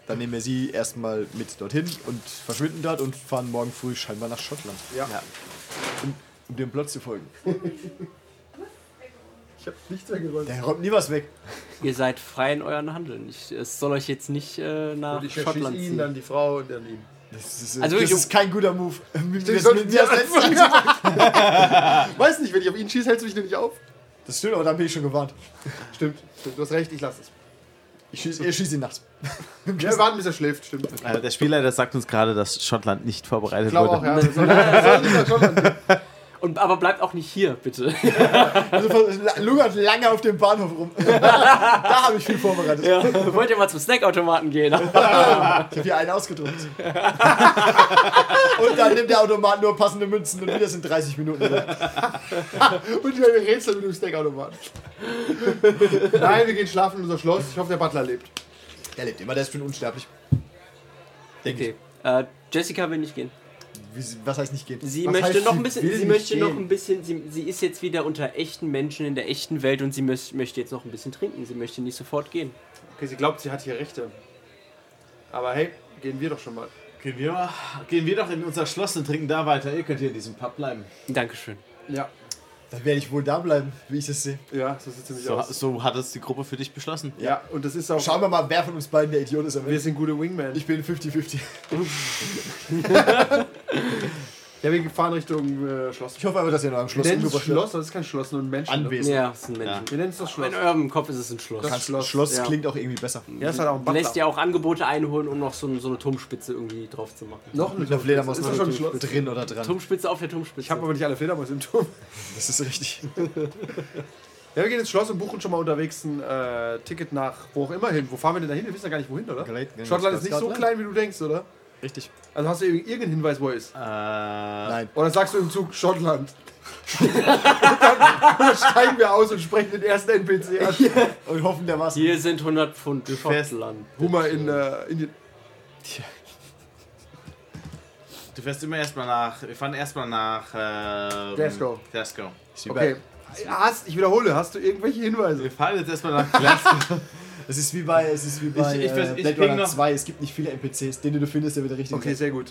Speaker 5: Dann nehmen wir sie erstmal mit dorthin und verschwinden dort und fahren morgen früh scheinbar nach Schottland,
Speaker 6: Ja.
Speaker 5: um dem Plot zu folgen.
Speaker 4: Ich hab nichts weggeräumt.
Speaker 5: Der räumt nie was weg.
Speaker 3: *laughs* Ihr seid frei in euren Handeln. Ich, es soll euch jetzt nicht äh, nach
Speaker 4: Und ich erschieße
Speaker 3: Schottland
Speaker 4: ihn,
Speaker 3: ziehen.
Speaker 4: dann die Frau und dann ihn.
Speaker 5: Das ist,
Speaker 3: Also
Speaker 5: also
Speaker 3: wirklich,
Speaker 5: das
Speaker 3: du-
Speaker 5: ist kein guter Move. *laughs* Wir
Speaker 4: Wir
Speaker 5: müssen
Speaker 4: sollten *laughs*
Speaker 5: ihn erst
Speaker 4: das
Speaker 5: letztes Mal-
Speaker 4: *laughs* Weiß nicht, wenn ich auf ihn schieße, hältst du mich denn nicht auf?
Speaker 5: Das stimmt, aber dann bin ich schon gewarnt.
Speaker 4: Stimmt, stimmt. Du hast recht, ich lasse es.
Speaker 5: Ich schieß, ihr schießt ihn nachts.
Speaker 4: Wir warten, bis er schläft, stimmt. Ich
Speaker 6: Äh, der Spieler, der sagt uns gerade, dass Schottland nicht vorbereitet
Speaker 4: glaube auch,
Speaker 6: wurde.
Speaker 4: ja. *laughs* Wir sollen- wir sollen nicht nach Schottland gehen.
Speaker 3: Und, aber bleibt auch nicht hier, bitte. *laughs*
Speaker 5: Also von- lungert lange auf dem Bahnhof rum. *laughs* da habe ich viel vorbereitet.
Speaker 3: Wollt ihr mal zum Snackautomaten gehen?
Speaker 5: Ich habe hier einen ausgedruckt. und dann nimmt der Automat nur passende Münzen und wieder sind 30 Minuten. rum. *laughs*
Speaker 4: Und ich werde Rätsel mit dem Snackautomaten. Nein, wir gehen schlafen in unser Schloss. Ich hoffe, der Butler lebt.
Speaker 5: Der lebt immer, der ist schon unsterblich.
Speaker 3: Okay. Äh, Jessica will nicht gehen.
Speaker 5: Wie, sie- was heißt nicht geht?
Speaker 3: Sie
Speaker 5: was
Speaker 3: möchte
Speaker 5: heißt,
Speaker 3: noch
Speaker 5: sie
Speaker 3: ein bisschen,
Speaker 5: will
Speaker 3: sie
Speaker 5: nicht
Speaker 3: möchte
Speaker 5: gehen?
Speaker 3: noch ein bisschen, sie, sie ist jetzt wieder unter echten Menschen in der echten Welt und sie möß- möchte jetzt noch ein bisschen trinken. Sie möchte nicht sofort gehen.
Speaker 4: Okay, sie glaubt, sie hat hier Rechte. Aber hey, gehen wir doch schon mal.
Speaker 6: Gehen wir, mal- gehen wir doch in unser Schloss und trinken da weiter. Ihr könnt hier in diesem Pub bleiben.
Speaker 3: Dankeschön.
Speaker 4: Ja.
Speaker 5: Dann werde ich wohl da bleiben, wie ich das sehe.
Speaker 4: Ja, so sieht es ziemlich
Speaker 6: So,
Speaker 4: aus.
Speaker 6: so hat es die Gruppe für dich beschlossen.
Speaker 4: Ja, und das ist auch.
Speaker 5: Schauen wir mal, wer von uns beiden der Idiot ist. am
Speaker 4: wir
Speaker 5: Ende.
Speaker 4: sind gute Wingmen.
Speaker 5: Ich bin 50-50.
Speaker 4: ja, wir fahren Richtung äh, Schloss.
Speaker 5: Ich hoffe aber, dass ihr noch am Schluss
Speaker 4: Nennen es
Speaker 5: umgebracht werdet.
Speaker 4: Schloss, das ist kein Schloss, nur ein Mensch.
Speaker 5: Anwesen.
Speaker 3: Ja, es ist ein Mensch.
Speaker 4: Wir nennen es das Schloss.
Speaker 3: In eurem Kopf ist es ein Schloss.
Speaker 4: Das-
Speaker 5: Schloss,
Speaker 4: Schloss,
Speaker 5: Schloss
Speaker 3: ja.
Speaker 5: klingt auch irgendwie besser.
Speaker 4: Ja, ist halt auch ein
Speaker 3: Du lässt
Speaker 4: Butler.
Speaker 3: ja auch Angebote einholen, um noch so, ein- so eine Turmspitze irgendwie drauf zu machen.
Speaker 4: Noch eine
Speaker 5: Mit einer Fledermaus
Speaker 4: Ist
Speaker 5: noch
Speaker 4: das schon ein Schloss?
Speaker 5: drin oder dran.
Speaker 3: Turmspitze auf der Turmspitze.
Speaker 4: Ich habe aber nicht alle Fledermäuse im Turm.
Speaker 5: Das ist richtig.
Speaker 4: Ja, wir gehen ins Schloss und buchen schon mal unterwegs ein äh, Ticket nach wo auch immer hin. Wo fahren wir denn da hin? Wir wissen ja gar nicht, wohin, oder?
Speaker 5: Great, great,
Speaker 4: Schottland ist nicht so
Speaker 5: Scotland.
Speaker 4: klein, wie du denkst, oder?
Speaker 5: Richtig.
Speaker 4: Also hast du irg- irgendeinen Hinweis, wo er ist?
Speaker 6: Äh,
Speaker 5: Nein.
Speaker 4: Oder sagst du im Zug Schottland? *laughs* und dann steigen wir aus und sprechen den ersten NPC an.
Speaker 5: Und Oh, hoffen, der war's.
Speaker 3: Hier sind 100 Pfund
Speaker 6: fährst-
Speaker 3: Schottland.
Speaker 4: Hummer in äh, Indien.
Speaker 6: du fährst immer erstmal nach. Wir fahren erstmal nach. Ähm,
Speaker 4: Glasgow.
Speaker 6: Glasgow.
Speaker 4: Okay. Hast, ich wiederhole, hast du irgendwelche Hinweise?
Speaker 6: Wir fahren jetzt erstmal nach Glasgow. *laughs*
Speaker 5: Es ist wie bei, es ist wie bei
Speaker 6: Ich- ich-
Speaker 5: äh,
Speaker 6: ich
Speaker 5: Blade
Speaker 6: ping
Speaker 5: Runner
Speaker 6: noch-
Speaker 5: 2. Es gibt nicht viele NPCs. Den, den du findest, der wird der richtige
Speaker 4: Okay,
Speaker 5: sein.
Speaker 4: sehr gut.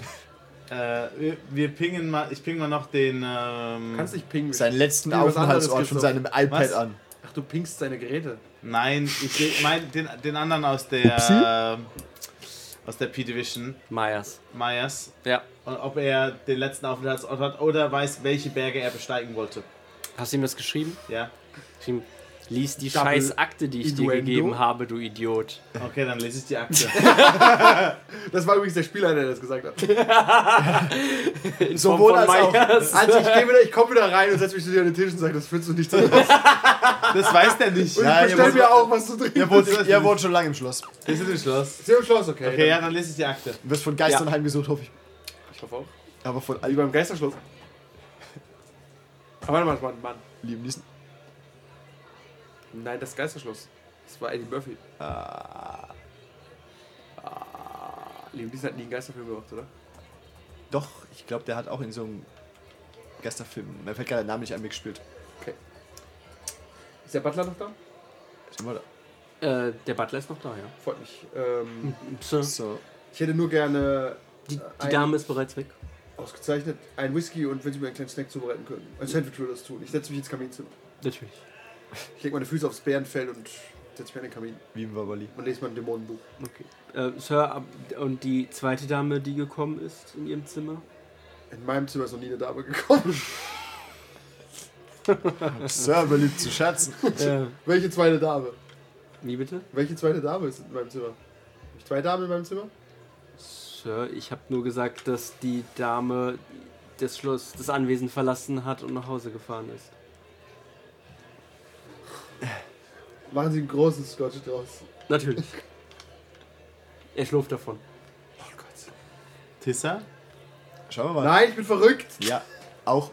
Speaker 6: äh, wir, wir pingen mal. Ich ping mal noch den. Ähm,
Speaker 4: Kannst nicht pingen.
Speaker 5: Seinen letzten
Speaker 4: Spiel was anderes
Speaker 5: Aufenthaltsort
Speaker 4: gibt's
Speaker 5: von
Speaker 4: noch.
Speaker 5: seinem iPad
Speaker 6: Was?
Speaker 5: an.
Speaker 4: Ach, du pingst seine Geräte.
Speaker 6: Nein, ich seh- mein den, den anderen aus der äh, aus der P-Division,
Speaker 3: Myers.
Speaker 6: Myers,
Speaker 3: Ja.
Speaker 6: und ob er den letzten Aufenthaltsort hat oder weiß, welche Berge er besteigen wollte.
Speaker 3: Hast du ihm das geschrieben?
Speaker 6: Ja.
Speaker 3: geschrieben? Lies die
Speaker 4: Double
Speaker 3: scheiß Akte, die ich dir
Speaker 4: Innuendo.
Speaker 3: gegeben habe, du Idiot.
Speaker 6: Okay, dann lese ich die Akte. *laughs*
Speaker 4: Das war übrigens der Spieler, der das gesagt hat.
Speaker 3: In
Speaker 5: Sowohl
Speaker 3: Form von
Speaker 5: als auch.
Speaker 3: Myers.
Speaker 4: Also ich gehe wieder, ich komme wieder rein und setze mich wieder an den Tisch und sage, das führst du nicht zu. Ich
Speaker 6: Das weiß der nicht.
Speaker 5: Ja, ihr
Speaker 4: bestell
Speaker 5: wohnt,
Speaker 4: mir auch was zu trinken.
Speaker 5: ihr, wohnt, ihr wohnt schon lange im Schloss.
Speaker 6: Wir sind im Schloss.
Speaker 4: Ist ja im Schloss, okay.
Speaker 6: Okay, ja, dann lese ich die Akte.
Speaker 5: Du wirst von Geistern heimgesucht, hoffe ich.
Speaker 4: Ich hoffe auch.
Speaker 5: Aber von
Speaker 4: Wie
Speaker 5: all
Speaker 4: beim Geisterschloss. Aber warte mal, das war ein Mann.
Speaker 5: lieben Niesen.
Speaker 4: Nein, das Geisterschloss. Das war Eddie Murphy. Ah. Liam Neeson hat nie einen Geisterfilm gemacht, oder?
Speaker 5: Doch, ich glaube, der hat auch in so einem Geisterfilm, mir fällt gerade der Name nicht ein, mitgespielt.
Speaker 4: Ist der Butler noch da?
Speaker 5: Sind wir da?
Speaker 3: Äh, der Butler ist noch da, ja.
Speaker 4: Freut mich. Ähm,
Speaker 3: Sir,
Speaker 5: So.
Speaker 4: ich hätte nur gerne
Speaker 3: Hm. die, die
Speaker 4: ein-
Speaker 3: Dame ist bereits weg.
Speaker 4: ausgezeichnet einen Whisky und wenn Sie mir einen kleinen Snack zubereiten können. Ein Sandwich würde das tun. Ich setze mich ins Kaminzimmer.
Speaker 3: Natürlich.
Speaker 4: Ich lege meine Füße aufs Bärenfell und setze mich an den Kamin
Speaker 5: Wie im Wabali.
Speaker 4: und lese mein Dämonenbuch.
Speaker 3: Okay. Äh, Sir, ab- und die zweite Dame, die gekommen ist in ihrem Zimmer?
Speaker 4: In meinem Zimmer ist noch nie eine Dame
Speaker 5: *laughs*
Speaker 4: gekommen.
Speaker 5: Sir beliebt zu scherzen.
Speaker 3: Äh,
Speaker 4: Welche zweite Dame?
Speaker 3: wie bitte?
Speaker 4: Welche zweite Dame ist in meinem Zimmer? Habe ich zwei Damen in meinem Zimmer?
Speaker 3: Sir, ich habe nur gesagt, dass die Dame das Schloss, das Anwesen verlassen hat und nach Hause gefahren ist.
Speaker 4: Machen Sie einen großen Scotch draus.
Speaker 3: Natürlich. er schlurft davon.
Speaker 6: Tissa?
Speaker 5: Schauen wir mal.
Speaker 4: Nein, ich bin verrückt.
Speaker 5: Ja, auch.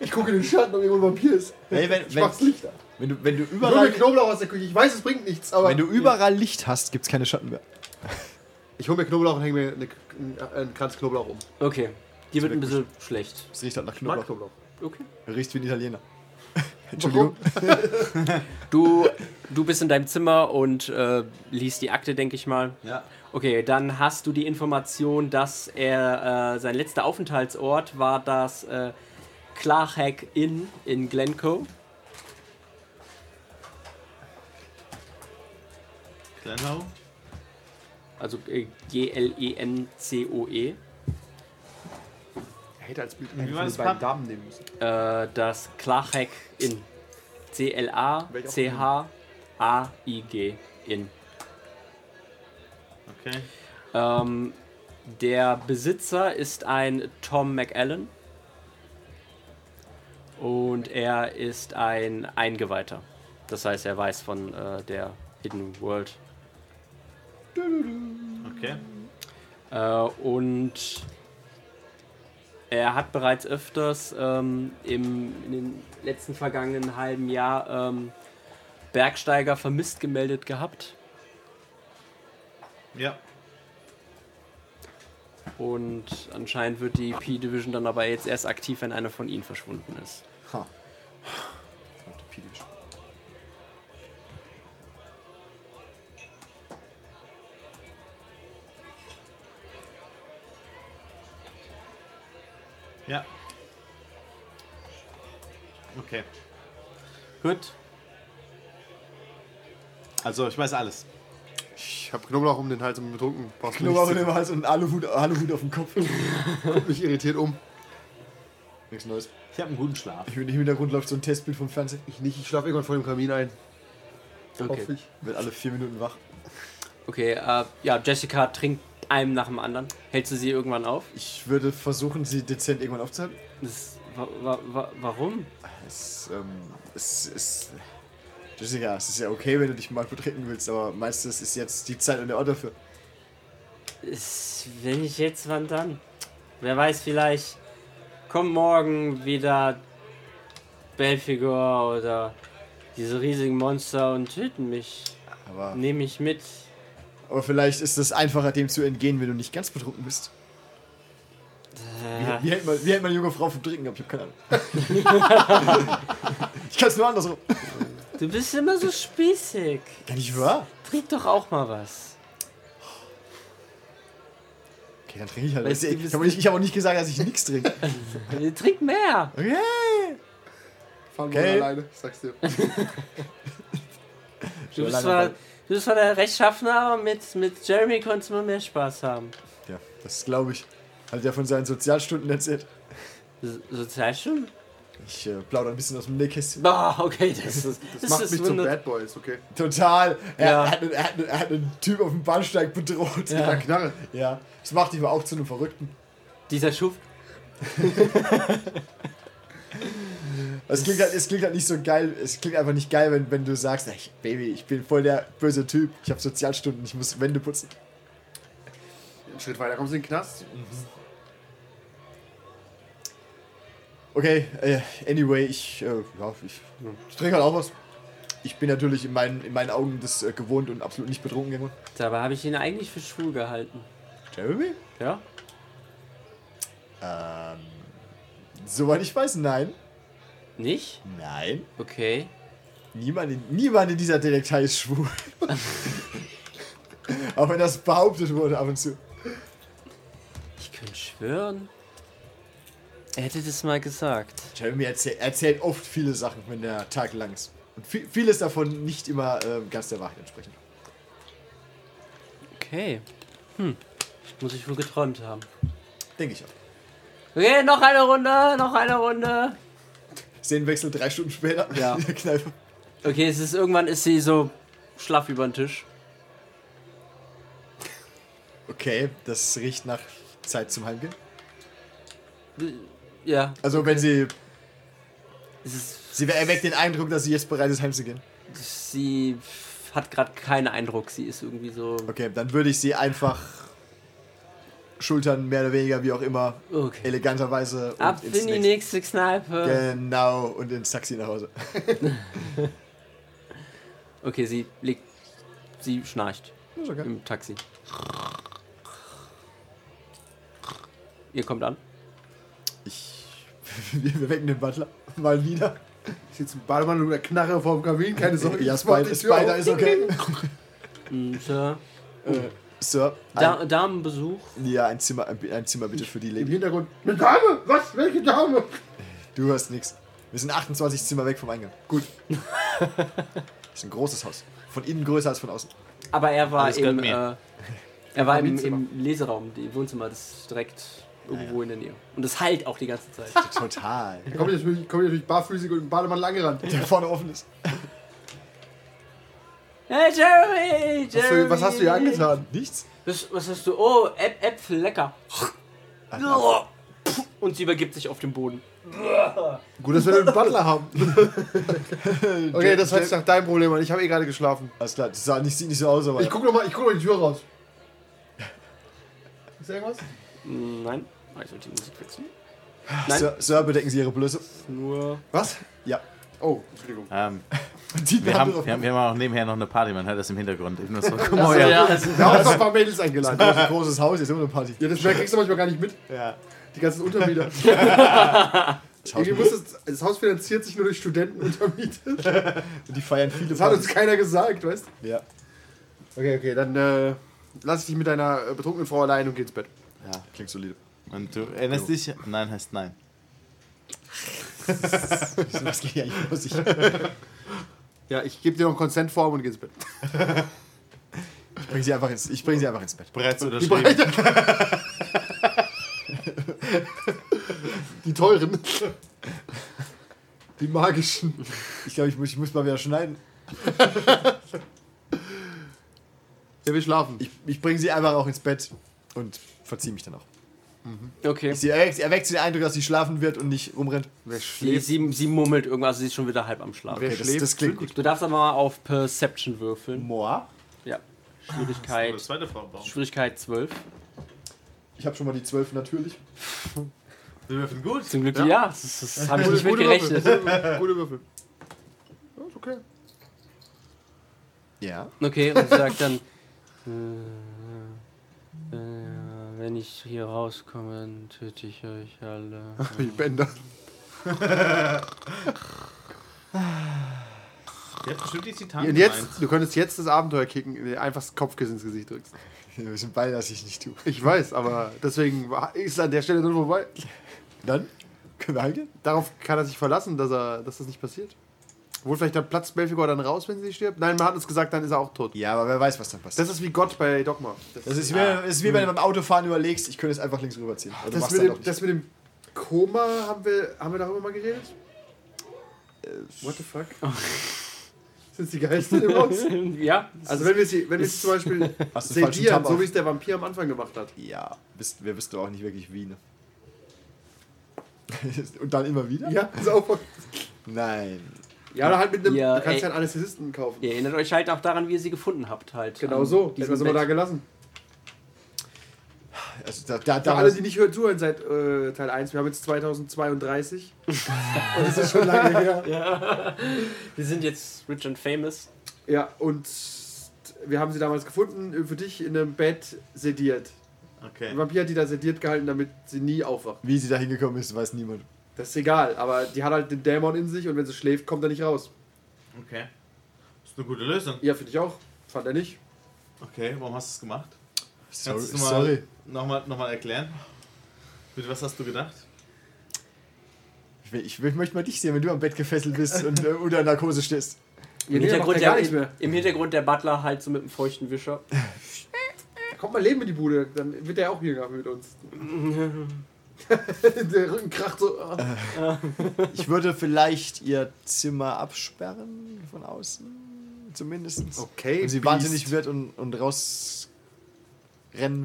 Speaker 4: Ich gucke in den Schatten, ob irgendwo ein Vampir ist.
Speaker 5: Hey, wenn,
Speaker 4: Ich
Speaker 5: wenn,
Speaker 4: mach's Licht an.
Speaker 5: wenn, du, wenn, du
Speaker 4: Ich hol mir
Speaker 5: überall,
Speaker 4: Knoblauch aus der Küche. Ich weiß, es bringt nichts, aber...
Speaker 5: wenn du überall Licht hast, gibt's keine Schatten mehr.
Speaker 4: ich hole mir Knoblauch und hänge mir eine, einen, einen Kranz Knoblauch um.
Speaker 3: Okay. Die wird ein bisschen schlecht.
Speaker 5: Es riecht halt nach
Speaker 4: Mag
Speaker 5: Knoblauch.
Speaker 4: Knoblauch.
Speaker 3: Okay.
Speaker 5: Riecht wie ein Italiener. *laughs*
Speaker 4: Entschuldigung.
Speaker 3: Du, du bist in deinem Zimmer und äh, liest die Akte, denke ich mal.
Speaker 6: Ja.
Speaker 3: Okay, dann hast du die Information, dass er äh, sein letzter Aufenthaltsort war das äh, Clarhack Inn in Glencoe.
Speaker 6: Glenhow?
Speaker 3: Also äh, G-L-E-N-C-O-E.
Speaker 4: Er hätte als Bild
Speaker 6: Wie
Speaker 4: eigentlich
Speaker 6: war
Speaker 4: die
Speaker 6: das
Speaker 4: beiden
Speaker 6: Pan-
Speaker 4: Damen nehmen müssen.
Speaker 3: Äh, das Clarhack Inn. C-L-A-C-H-A-I-G Inn.
Speaker 6: Okay.
Speaker 3: Ähm, der Besitzer ist ein Tom McAllen. Und er ist ein Eingeweihter. Das heißt, er weiß von äh, der Hidden World.
Speaker 6: Okay.
Speaker 3: Äh, und er hat bereits öfters ähm, im, in den letzten vergangenen halben Jahr ähm, Bergsteiger vermisst gemeldet gehabt.
Speaker 6: Ja.
Speaker 3: Und anscheinend wird die P-Division dann aber jetzt erst aktiv, wenn einer von ihnen verschwunden ist.
Speaker 5: Ha. Verdammte Pilisch.
Speaker 6: Ja. Okay.
Speaker 3: Gut.
Speaker 6: Also, ich weiß alles.
Speaker 4: Ich habe Knoblauch um den Hals und bin betrunken. Brauchst du
Speaker 5: Knoblauch in
Speaker 4: nicht.
Speaker 5: dem Hals und einen Aluhut, Aluhut auf dem Kopf.
Speaker 4: Guck *laughs* mich irritiert um.
Speaker 5: Nichts Neues.
Speaker 6: Ich habe einen guten Schlaf.
Speaker 5: Im Hintergrund läuft so ein Testbild vom Fernsehen.
Speaker 4: Ich nicht, ich schlafe irgendwann vor dem Kamin ein. Hoffe
Speaker 3: Okay,
Speaker 4: ich.
Speaker 5: Wird alle vier Minuten wach.
Speaker 3: okay äh, ja, Jessica trinkt einem nach dem anderen. Hältst du sie irgendwann auf?
Speaker 5: Ich würde versuchen, sie dezent irgendwann aufzuhalten.
Speaker 3: Das, wa wa wa warum?
Speaker 5: Es, ähm, es ist. Jessica, es ist ja okay, wenn du dich mal betrinken willst, aber meistens ist jetzt die Zeit und der Ort dafür.
Speaker 3: Ist, wenn ich jetzt, wann dann? Wer weiß, vielleicht kommt morgen wieder Belfigur oder diese riesigen Monster und töten mich.
Speaker 5: Aber,
Speaker 3: Nehme mich mit.
Speaker 5: aber vielleicht ist es einfacher, dem zu entgehen, wenn du nicht ganz betrunken bist.
Speaker 3: Äh,
Speaker 5: Wie hält man, wie hält man eine junge Frau vom Trinken ab? Ich hab keine Ahnung. *laughs* ich kann es nur andersrum.
Speaker 3: du bist immer so spießig.
Speaker 5: Ja, nicht wahr?
Speaker 3: Trink doch auch mal was.
Speaker 5: Okay, dann trinke ich halt.
Speaker 3: Weißt
Speaker 5: was.
Speaker 3: du,
Speaker 5: Ich
Speaker 3: bist-
Speaker 5: habe nicht- ich habe auch nicht
Speaker 3: *laughs*
Speaker 5: gesagt, dass ich nichts trinke.
Speaker 3: Trink mehr.
Speaker 5: Okay.
Speaker 7: Fahren
Speaker 5: Okay.
Speaker 7: wir alleine, ich sag's *laughs* dir.
Speaker 3: Du bist,
Speaker 5: lange
Speaker 3: zwar,
Speaker 5: Fall.
Speaker 3: du bist zwar der Rechtschaffner, aber mit, mit Jeremy konntest du mehr Spaß haben.
Speaker 5: Ja, das glaube ich. Hat ja von seinen Sozialstunden erzählt.
Speaker 3: So- Sozialstunden?
Speaker 5: Ich äh, plaudere ein bisschen aus dem Nähkästchen.
Speaker 3: Ah, okay, das ist. Das,
Speaker 7: Das macht
Speaker 3: ist
Speaker 7: mich zum
Speaker 3: wunder-
Speaker 7: Bad Boys, okay?
Speaker 5: Total. Er,
Speaker 3: Ja.
Speaker 5: er, hat einen, er, hat einen, er hat einen Typ auf dem Bahnsteig bedroht.
Speaker 7: Ja,
Speaker 5: Ja.
Speaker 7: Knarre.
Speaker 5: ja. Das macht ihn aber auch zu einem Verrückten.
Speaker 3: Dieser Schuft.
Speaker 5: Es klingt, halt, es klingt halt nicht so geil, es klingt einfach nicht geil, wenn, wenn du sagst, "Ey, Baby, ich bin voll der böse Typ, ich habe Sozialstunden, ich muss Wände putzen.
Speaker 7: Einen Schritt weiter kommst du in den Knast.
Speaker 5: Okay, äh, anyway, ich, äh, ja, ich, ich trinke halt auch was. Ich bin natürlich in meinen, in meinen Augen das äh, gewohnt und absolut nicht betrunken geworden.
Speaker 3: Dabei habe ich ihn eigentlich für schwul gehalten.
Speaker 5: Jeremy?
Speaker 3: Ja?
Speaker 5: Ähm, soweit ich weiß, nein.
Speaker 3: Nicht?
Speaker 5: Nein.
Speaker 3: Okay.
Speaker 5: Niemand in, niemand in dieser Detektei ist schwul. auch wenn das behauptet wurde ab und zu.
Speaker 3: Ich könnte schwören. Er hätte das mal gesagt.
Speaker 5: Jeremy erzähl, erzählt oft viele Sachen, wenn der Tag lang ist. Und vi- vieles davon nicht immer ähm, ganz der Wahrheit entsprechen.
Speaker 3: Okay. Hm. Muss ich wohl geträumt haben.
Speaker 5: Denke ich auch.
Speaker 3: Okay, noch eine Runde, noch eine Runde.
Speaker 5: Szenenwechsel drei Stunden später
Speaker 3: Ja.
Speaker 5: in der Kneipe.
Speaker 3: Okay, es ist irgendwann ist sie so schlaff über den Tisch.
Speaker 5: Okay, das riecht nach Zeit zum Heimgehen.
Speaker 3: Ja,
Speaker 5: Also wenn sie...
Speaker 3: es ist,
Speaker 5: Sie erweckt den Eindruck, dass sie jetzt bereit ist, heimzugehen.
Speaker 3: sie hat gerade keinen Eindruck. Sie ist irgendwie so.
Speaker 5: Okay, dann würde ich sie einfach schultern, mehr oder weniger, wie auch immer,
Speaker 3: Okay.
Speaker 5: eleganterweise und
Speaker 3: Ab in die nächste Kneipe.
Speaker 5: Genau, und ins Taxi nach Hause. *laughs*
Speaker 3: Okay, sie liegt. Sie schnarcht
Speaker 5: Ist okay.
Speaker 3: im Taxi. Ihr kommt an.
Speaker 5: Ich, wir wecken den Butler mal wieder.
Speaker 7: Ich sitze im Bademann mit der Knarre vor dem Kamin, keine Sorge.
Speaker 5: Ja,
Speaker 7: ich mach die
Speaker 5: Spider,
Speaker 7: Tür
Speaker 5: Spider
Speaker 7: auf.
Speaker 5: ist
Speaker 7: *laughs*
Speaker 5: okay.
Speaker 3: Und, äh,
Speaker 5: Äh, Sir,
Speaker 3: da
Speaker 5: ein,
Speaker 3: Damenbesuch.
Speaker 5: ja, ein Zimmer, ein, ein Zimmer bitte für die
Speaker 7: Im
Speaker 5: Lady.
Speaker 7: Hintergrund. Eine Dame? Was? Welche Dame?
Speaker 5: Du hast nichts. Wir sind 28 Zimmer weg vom Eingang.
Speaker 7: *laughs*
Speaker 5: Gut. ist ein großes Haus. Von innen größer als von außen.
Speaker 3: Aber er war
Speaker 6: Alles gehört
Speaker 3: im.
Speaker 6: mir.
Speaker 3: Äh, er war im,
Speaker 7: Wohnzimmer.
Speaker 3: im Leseraum, im Wohnzimmer, das ist direkt irgendwo in der Nähe. Und es heilt auch die ganze Zeit. *laughs*
Speaker 5: Total.
Speaker 7: Da komme ich natürlich, komm ich natürlich barfüßig und im Bademann langgerannt.
Speaker 5: Der vorne offen ist.
Speaker 3: Hey Jeremy! Jeremy!
Speaker 7: Was, du- was hast du hier angetan?
Speaker 5: Nichts?
Speaker 3: Was, was hast du? Oh, Äp Äpfel, lecker.
Speaker 5: Ach,
Speaker 3: Und sie übergibt sich auf den Boden.
Speaker 7: Gut, dass wir einen
Speaker 5: *laughs*
Speaker 7: Butler haben. okay, das hört sich nach deinem Problem an. Ich habe eh gerade geschlafen.
Speaker 5: Alles klar, das sah nicht, sieht nicht so aus, aber.
Speaker 7: Ich guck nochmal guck noch die Tür raus. Ist da irgendwas?
Speaker 3: Nein. Also die Musik wechseln.
Speaker 5: Sir, Sir, bedecken Sie Ihre Blöße.
Speaker 3: Nur.
Speaker 7: Was?
Speaker 5: Ja.
Speaker 7: Oh, Entschuldigung.
Speaker 6: *laughs* Ähm,
Speaker 5: Und die
Speaker 6: wir, haben,
Speaker 5: drauf.
Speaker 6: wir, haben, wir haben auch nebenher noch eine Party, man hört das im Hintergrund. Ich nur so, *laughs* guck
Speaker 3: Oh,
Speaker 6: mal,
Speaker 3: ja.
Speaker 6: her.
Speaker 3: Ja, das
Speaker 7: Da hast du ein paar Mädels
Speaker 4: *laughs*
Speaker 7: eingeladen.
Speaker 5: Großes, großes Haus, jetzt immer eine Party.
Speaker 7: Ja, das mehr kriegst du manchmal gar nicht mit.
Speaker 5: Ja.
Speaker 7: Die ganzen Untermieter. Also Irgendwie muss das, das Haus finanziert sich nur durch Studentenuntermieter.
Speaker 5: Und die feiern viele
Speaker 7: Das hat uns keiner gesagt, weißt du?
Speaker 5: Ja.
Speaker 7: Okay, okay, dann äh, lass ich dich mit deiner äh, betrunkenen Frau allein und geh ins Bett.
Speaker 5: ja, klingt solide.
Speaker 6: Und du erinnerst dich? Nein heißt nein.
Speaker 5: Was geht hier eigentlich los? Ich,
Speaker 7: Ja, ich gebe dir noch einen Consent-Form und geh
Speaker 4: *laughs*
Speaker 7: ins Bett.
Speaker 5: ich bringe sie, einfach ins- ich bring sie einfach ins Bett.
Speaker 6: Bereits unterschrieben.
Speaker 7: Die teuren. Die magischen.
Speaker 5: Ich glaube, ich muss, ich muss mal wieder schneiden.
Speaker 7: Ja, wir schlafen.
Speaker 5: Ich, ich bringe sie einfach auch ins Bett und verziehe mich dann auch.
Speaker 3: Okay.
Speaker 5: Sie erweckt, erweckt den Eindruck, dass sie schlafen wird und nicht rumrennt.
Speaker 7: Wer
Speaker 3: Sie,
Speaker 7: schläft?
Speaker 3: sie, sie mummelt irgendwas, also sie ist schon wieder halb am Schlaf.
Speaker 7: Wer
Speaker 5: Okay, das,
Speaker 7: schläft?
Speaker 5: das klingt gut.
Speaker 3: Du darfst aber mal auf Perception würfeln.
Speaker 5: Moa.
Speaker 3: Ja. Schwierigkeit.
Speaker 6: Oh, zweite Vorbau.
Speaker 3: Schwierigkeit 12.
Speaker 5: Ich habe schon mal die 12 natürlich.
Speaker 6: Wir dürfen gut.
Speaker 3: Zum Glück, ja, das, ist- das habe ich nicht mit
Speaker 7: Gute Würfel.
Speaker 3: gerechnet.
Speaker 7: Gute Würfel. Ja, ist okay.
Speaker 5: Ja.
Speaker 3: Okay, und sagt dann, äh, äh, wenn ich hier rauskomme, dann töte ich euch alle.
Speaker 4: *laughs*
Speaker 7: Die Bänder.
Speaker 6: Der hat bestimmt die Titanen
Speaker 4: Und jetzt,
Speaker 6: gemeint.
Speaker 4: du könntest jetzt das Abenteuer kicken, indem du einfach das Kopfkissen ins Gesicht drückst.
Speaker 5: Wir wissen beide, dass ich nicht tue.
Speaker 4: Ich weiß, aber deswegen ist es an der Stelle nur vorbei.
Speaker 5: Dann können wir heimgehen.
Speaker 4: Darauf kann er sich verlassen, dass, er, dass das nicht passiert. Wohl vielleicht dann platzt Belphegor dann raus, wenn sie stirbt. Nein, man hat uns gesagt, dann ist er auch tot.
Speaker 5: Ja, aber wer weiß, was dann passiert.
Speaker 4: Das ist wie Gott bei Dogma. Das,
Speaker 5: Das ist, wie, das ist wie wenn du beim Autofahren überlegst, ich könnte es einfach links rüberziehen. Aber du
Speaker 4: das,
Speaker 5: machst
Speaker 4: mit
Speaker 5: dann doch
Speaker 4: dem,
Speaker 5: nicht.
Speaker 4: das mit dem Koma haben wir, haben wir darüber mal geredet? What the fuck? Sind die Geister im Haus?
Speaker 3: ja,
Speaker 4: Also wenn wir sie, wenn wir sie zum Beispiel
Speaker 5: Hast du den falschen
Speaker 4: sedieren,
Speaker 5: Tab
Speaker 4: so wie
Speaker 5: auf?
Speaker 4: es der Vampir am Anfang gemacht hat.
Speaker 5: Ja, wisst- wir wissen doch auch nicht wirklich wie, ne? *laughs* Und dann immer wieder?
Speaker 4: Ja, ist auch
Speaker 5: Nein.
Speaker 4: Ja, oder halt mit einem,
Speaker 3: Ja,
Speaker 4: du kannst
Speaker 3: ey.
Speaker 4: ja einen Anästhesisten kaufen.
Speaker 3: ihr erinnert euch halt auch daran, wie ihr sie gefunden habt halt.
Speaker 4: Genau
Speaker 3: an
Speaker 4: so,
Speaker 3: diesem
Speaker 4: die sind wir da
Speaker 3: Bett.
Speaker 4: gelassen.
Speaker 5: Also da, da,
Speaker 4: Für
Speaker 5: da
Speaker 4: alle, die nicht hören, zuhören seit äh, Teil 1, wir haben jetzt 2032. Und das ist schon lange her.
Speaker 3: Wir sind jetzt rich and famous.
Speaker 4: Ja, und wir haben sie damals gefunden, äh, für dich in einem Bett sediert. Der
Speaker 6: Okay.
Speaker 4: Vampir hat die da sediert gehalten, damit sie nie aufwacht.
Speaker 5: wie sie da hingekommen ist, weiß niemand.
Speaker 4: Das ist egal, aber die hat halt den Dämon in sich und wenn sie schläft, kommt er nicht raus.
Speaker 6: Okay. Das ist eine gute Lösung.
Speaker 4: Ja, finde ich auch. Fand er nicht.
Speaker 6: Okay, warum hast du es gemacht?
Speaker 5: Sorry.
Speaker 6: Kannst du es
Speaker 5: sorry.
Speaker 6: mal nochmal noch mal erklären? Mit was hast du gedacht?
Speaker 5: Ich, will, ich, will, ich möchte mal dich sehen, wenn du am Bett gefesselt bist und äh, unter Narkose stehst.
Speaker 3: Im,
Speaker 4: nee,
Speaker 3: Hintergrund
Speaker 4: macht er
Speaker 3: der,
Speaker 4: gar nicht mehr.
Speaker 3: Im Hintergrund der Butler halt so mit einem feuchten Wischer.
Speaker 4: Kommt mal leben in die Bude, dann wird er auch hier mit uns. *laughs* der Rücken kracht so. ah.
Speaker 5: Ich würde vielleicht ihr Zimmer absperren von außen. Zumindest.
Speaker 4: Okay,
Speaker 5: Wenn sie
Speaker 4: Beast.
Speaker 5: wahnsinnig wird und, und rausrennen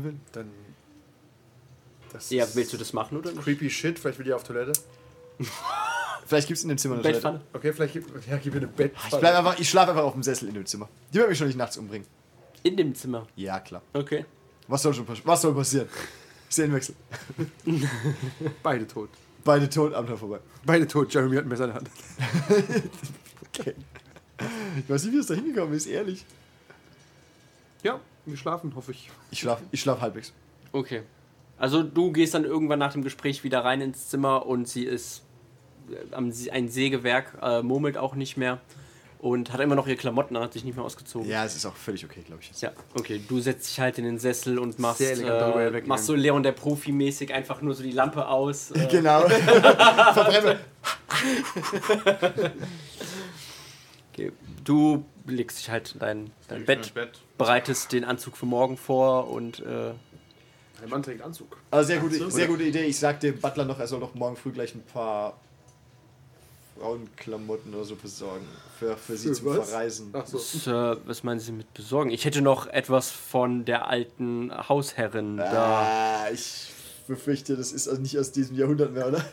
Speaker 5: will.
Speaker 4: Dann. Das
Speaker 3: Ja,
Speaker 4: ist
Speaker 3: willst du das machen oder nicht?
Speaker 4: Creepy Shit, vielleicht will die auf Toilette.
Speaker 5: Vielleicht gibt es in dem Zimmer eine Toilette.
Speaker 3: Bettpfanne.
Speaker 4: Okay, vielleicht gibt, ja, gib mir eine Bett.
Speaker 5: Ich, bleib einfach, ich schlafe einfach auf dem Sessel in dem Zimmer. Die werden mich schon nicht nachts umbringen.
Speaker 3: In dem Zimmer.
Speaker 5: Ja, klar.
Speaker 3: Okay.
Speaker 5: Was soll, schon, pass- was soll passieren? *laughs* Szenenwechsel.
Speaker 4: Beide tot.
Speaker 5: Beide tot, Abenteuer vorbei.
Speaker 4: Beide tot, Jeremy hat ein Messer in der Hand.
Speaker 5: Ich weiß nicht, wie es da hingekommen ist, ehrlich.
Speaker 4: Ja, wir schlafen, hoffe ich.
Speaker 5: Ich schlaf, ich schlaf halbwegs.
Speaker 3: Okay. Also du gehst dann irgendwann nach dem Gespräch wieder rein ins Zimmer und sie ist äh, am Se- ein Sägewerk, äh, murmelt auch nicht mehr und hat immer noch ihre Klamotten, an, hat sich nicht mehr ausgezogen.
Speaker 5: Ja, es ist auch völlig okay, glaube ich.
Speaker 3: Ja, okay, du setzt dich halt in den Sessel und machst,
Speaker 4: Sehr elegant darüber
Speaker 3: äh,
Speaker 4: hinweggegangen.
Speaker 3: machst so Leon der Profi mäßig einfach nur so die Lampe aus.
Speaker 4: *laughs*
Speaker 3: Äh,
Speaker 5: Genau. Verbrenne.
Speaker 3: okay. Du legst dich halt in dein, dein Bett,
Speaker 6: Bett.
Speaker 3: bereitest den Anzug für morgen vor und äh,
Speaker 4: Ein Mann trägt Anzug.
Speaker 5: Also sehr gute,
Speaker 6: Ach so.
Speaker 5: sehr gute Idee. Ich sag dem Butler noch, er soll doch morgen früh gleich ein paar Frauenklamotten oder so besorgen. Für, für sie
Speaker 4: Für
Speaker 5: zum
Speaker 4: was?
Speaker 5: Verreisen.
Speaker 4: Ach *laughs* so.
Speaker 3: Sir, was meinen Sie mit besorgen? Ich hätte noch etwas von der alten Hausherrin da.
Speaker 5: Ah, ich befürchte, das ist also nicht aus diesem Jahrhundert mehr, oder?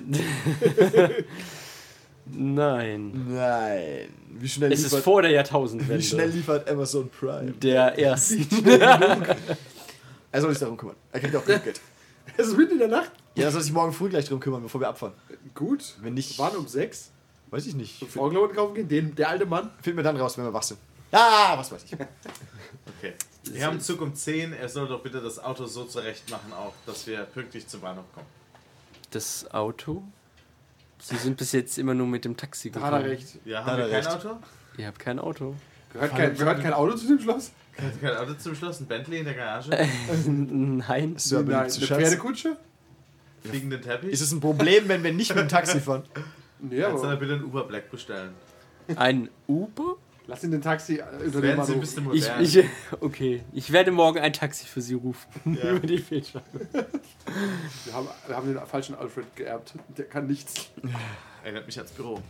Speaker 3: Nein.
Speaker 5: Nein. Wie schnell,
Speaker 3: Es ist
Speaker 5: liefert,
Speaker 3: vor der
Speaker 5: wie schnell
Speaker 3: Jahrtausendwende.
Speaker 5: liefert Amazon Prime?
Speaker 3: Der ersten.
Speaker 5: Er soll sich darum kümmern. Er kriegt auch genug Geld.
Speaker 4: Es ist mitten in der Nacht.
Speaker 5: Ja, er soll sich morgen früh gleich darum kümmern, bevor wir abfahren.
Speaker 4: Gut.
Speaker 5: Wenn nicht,
Speaker 4: Waren um sechs.
Speaker 5: weiß ich nicht.
Speaker 4: Frauenklamotten kaufen gehen. Den, der alte Mann.
Speaker 5: Finden wir dann raus, wenn wir wach sind. Ah, was weiß ich.
Speaker 6: Okay. Wir haben Zug um 10. Er soll doch bitte das Auto so zurecht machen, auch, dass wir pünktlich zum Bahnhof kommen.
Speaker 3: Das Auto? Sie sind bis jetzt immer nur mit dem Taxi
Speaker 4: Da hat er
Speaker 3: gefahren.
Speaker 4: recht.
Speaker 6: Ja,
Speaker 5: hat
Speaker 6: haben wir
Speaker 5: er
Speaker 6: kein
Speaker 5: recht.
Speaker 6: Auto?
Speaker 3: Ihr habt kein Auto.
Speaker 4: Gehört kein, gehört kein Auto zu dem Schloss?
Speaker 6: Hat kein Auto zum Schluss? Ein Bentley in der Garage?
Speaker 3: Nein.
Speaker 5: Ist ja
Speaker 4: Nein,
Speaker 5: beliebt
Speaker 4: eine
Speaker 5: zu scherzen.
Speaker 4: Pferdekutsche?
Speaker 6: Fliegenden Teppich?
Speaker 5: Ist es ein Problem, wenn wir nicht mit dem Taxi fahren?
Speaker 4: Nee,
Speaker 6: Kannst du da
Speaker 4: aber
Speaker 6: bitte ein Uber Black bestellen?
Speaker 3: Ein Uber?
Speaker 4: lass ihn den Taxi äh, unter dem
Speaker 6: Werden Sie ein
Speaker 4: Mann
Speaker 6: bisschen
Speaker 3: Ich,
Speaker 6: modern.
Speaker 3: ich, okay. Ich werde morgen ein Taxi für Sie rufen. *laughs*
Speaker 6: Ja.
Speaker 3: Über die Fehlschlag.
Speaker 4: wir haben, wir haben den falschen Alfred geerbt. Der kann nichts.
Speaker 6: Erinnert mich ans Büro.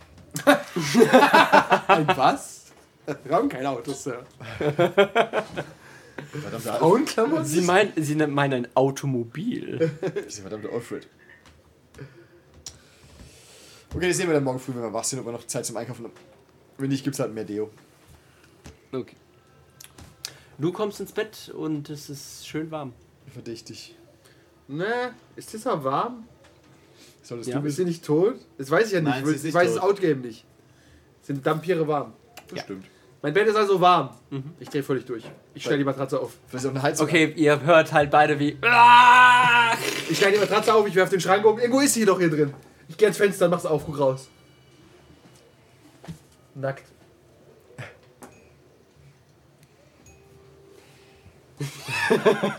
Speaker 4: Ein
Speaker 6: *laughs*
Speaker 4: was? Wir haben kein Auto, Sir. Oh,
Speaker 5: Verdammter Alfred.
Speaker 4: Frauenklamotten?
Speaker 3: Sie meinen, Sie ne-, meinen ein Automobil.
Speaker 5: Dieser verdammte Alfred. Okay, das sehen wir dann morgen früh, wenn wir wach sind, ob wir noch Zeit zum Einkaufen haben. Wenn nicht, gibt's halt mehr Deo.
Speaker 3: Okay. Du kommst ins Bett und es ist schön warm.
Speaker 5: Verdächtig.
Speaker 4: Ne, ist das mal warm?
Speaker 5: Solltest
Speaker 3: Ja.
Speaker 4: Ist
Speaker 5: du wissen?
Speaker 4: sie nicht tot? Das weiß ich ja nicht.
Speaker 6: Nein,
Speaker 4: ich
Speaker 6: sie
Speaker 4: will-
Speaker 6: ist
Speaker 4: ich
Speaker 6: nicht
Speaker 4: weiß das
Speaker 6: tot.
Speaker 4: Outgame nicht. Sind Vampire warm?
Speaker 6: Das stimmt.
Speaker 4: Mein Bett ist also warm.
Speaker 6: Mhm.
Speaker 4: Ich drehe völlig durch. Ich stelle die Matratze auf.
Speaker 5: Vielleicht auch eine Heizung.
Speaker 3: Okay, ihr hört halt beide *laughs* wie. Ah!
Speaker 4: Ich stelle die Matratze auf, ich werfe den Schrank um. Irgendwo ist sie doch hier drin. Ich gehe ins Fenster, mach's auf, guck raus. Nackt.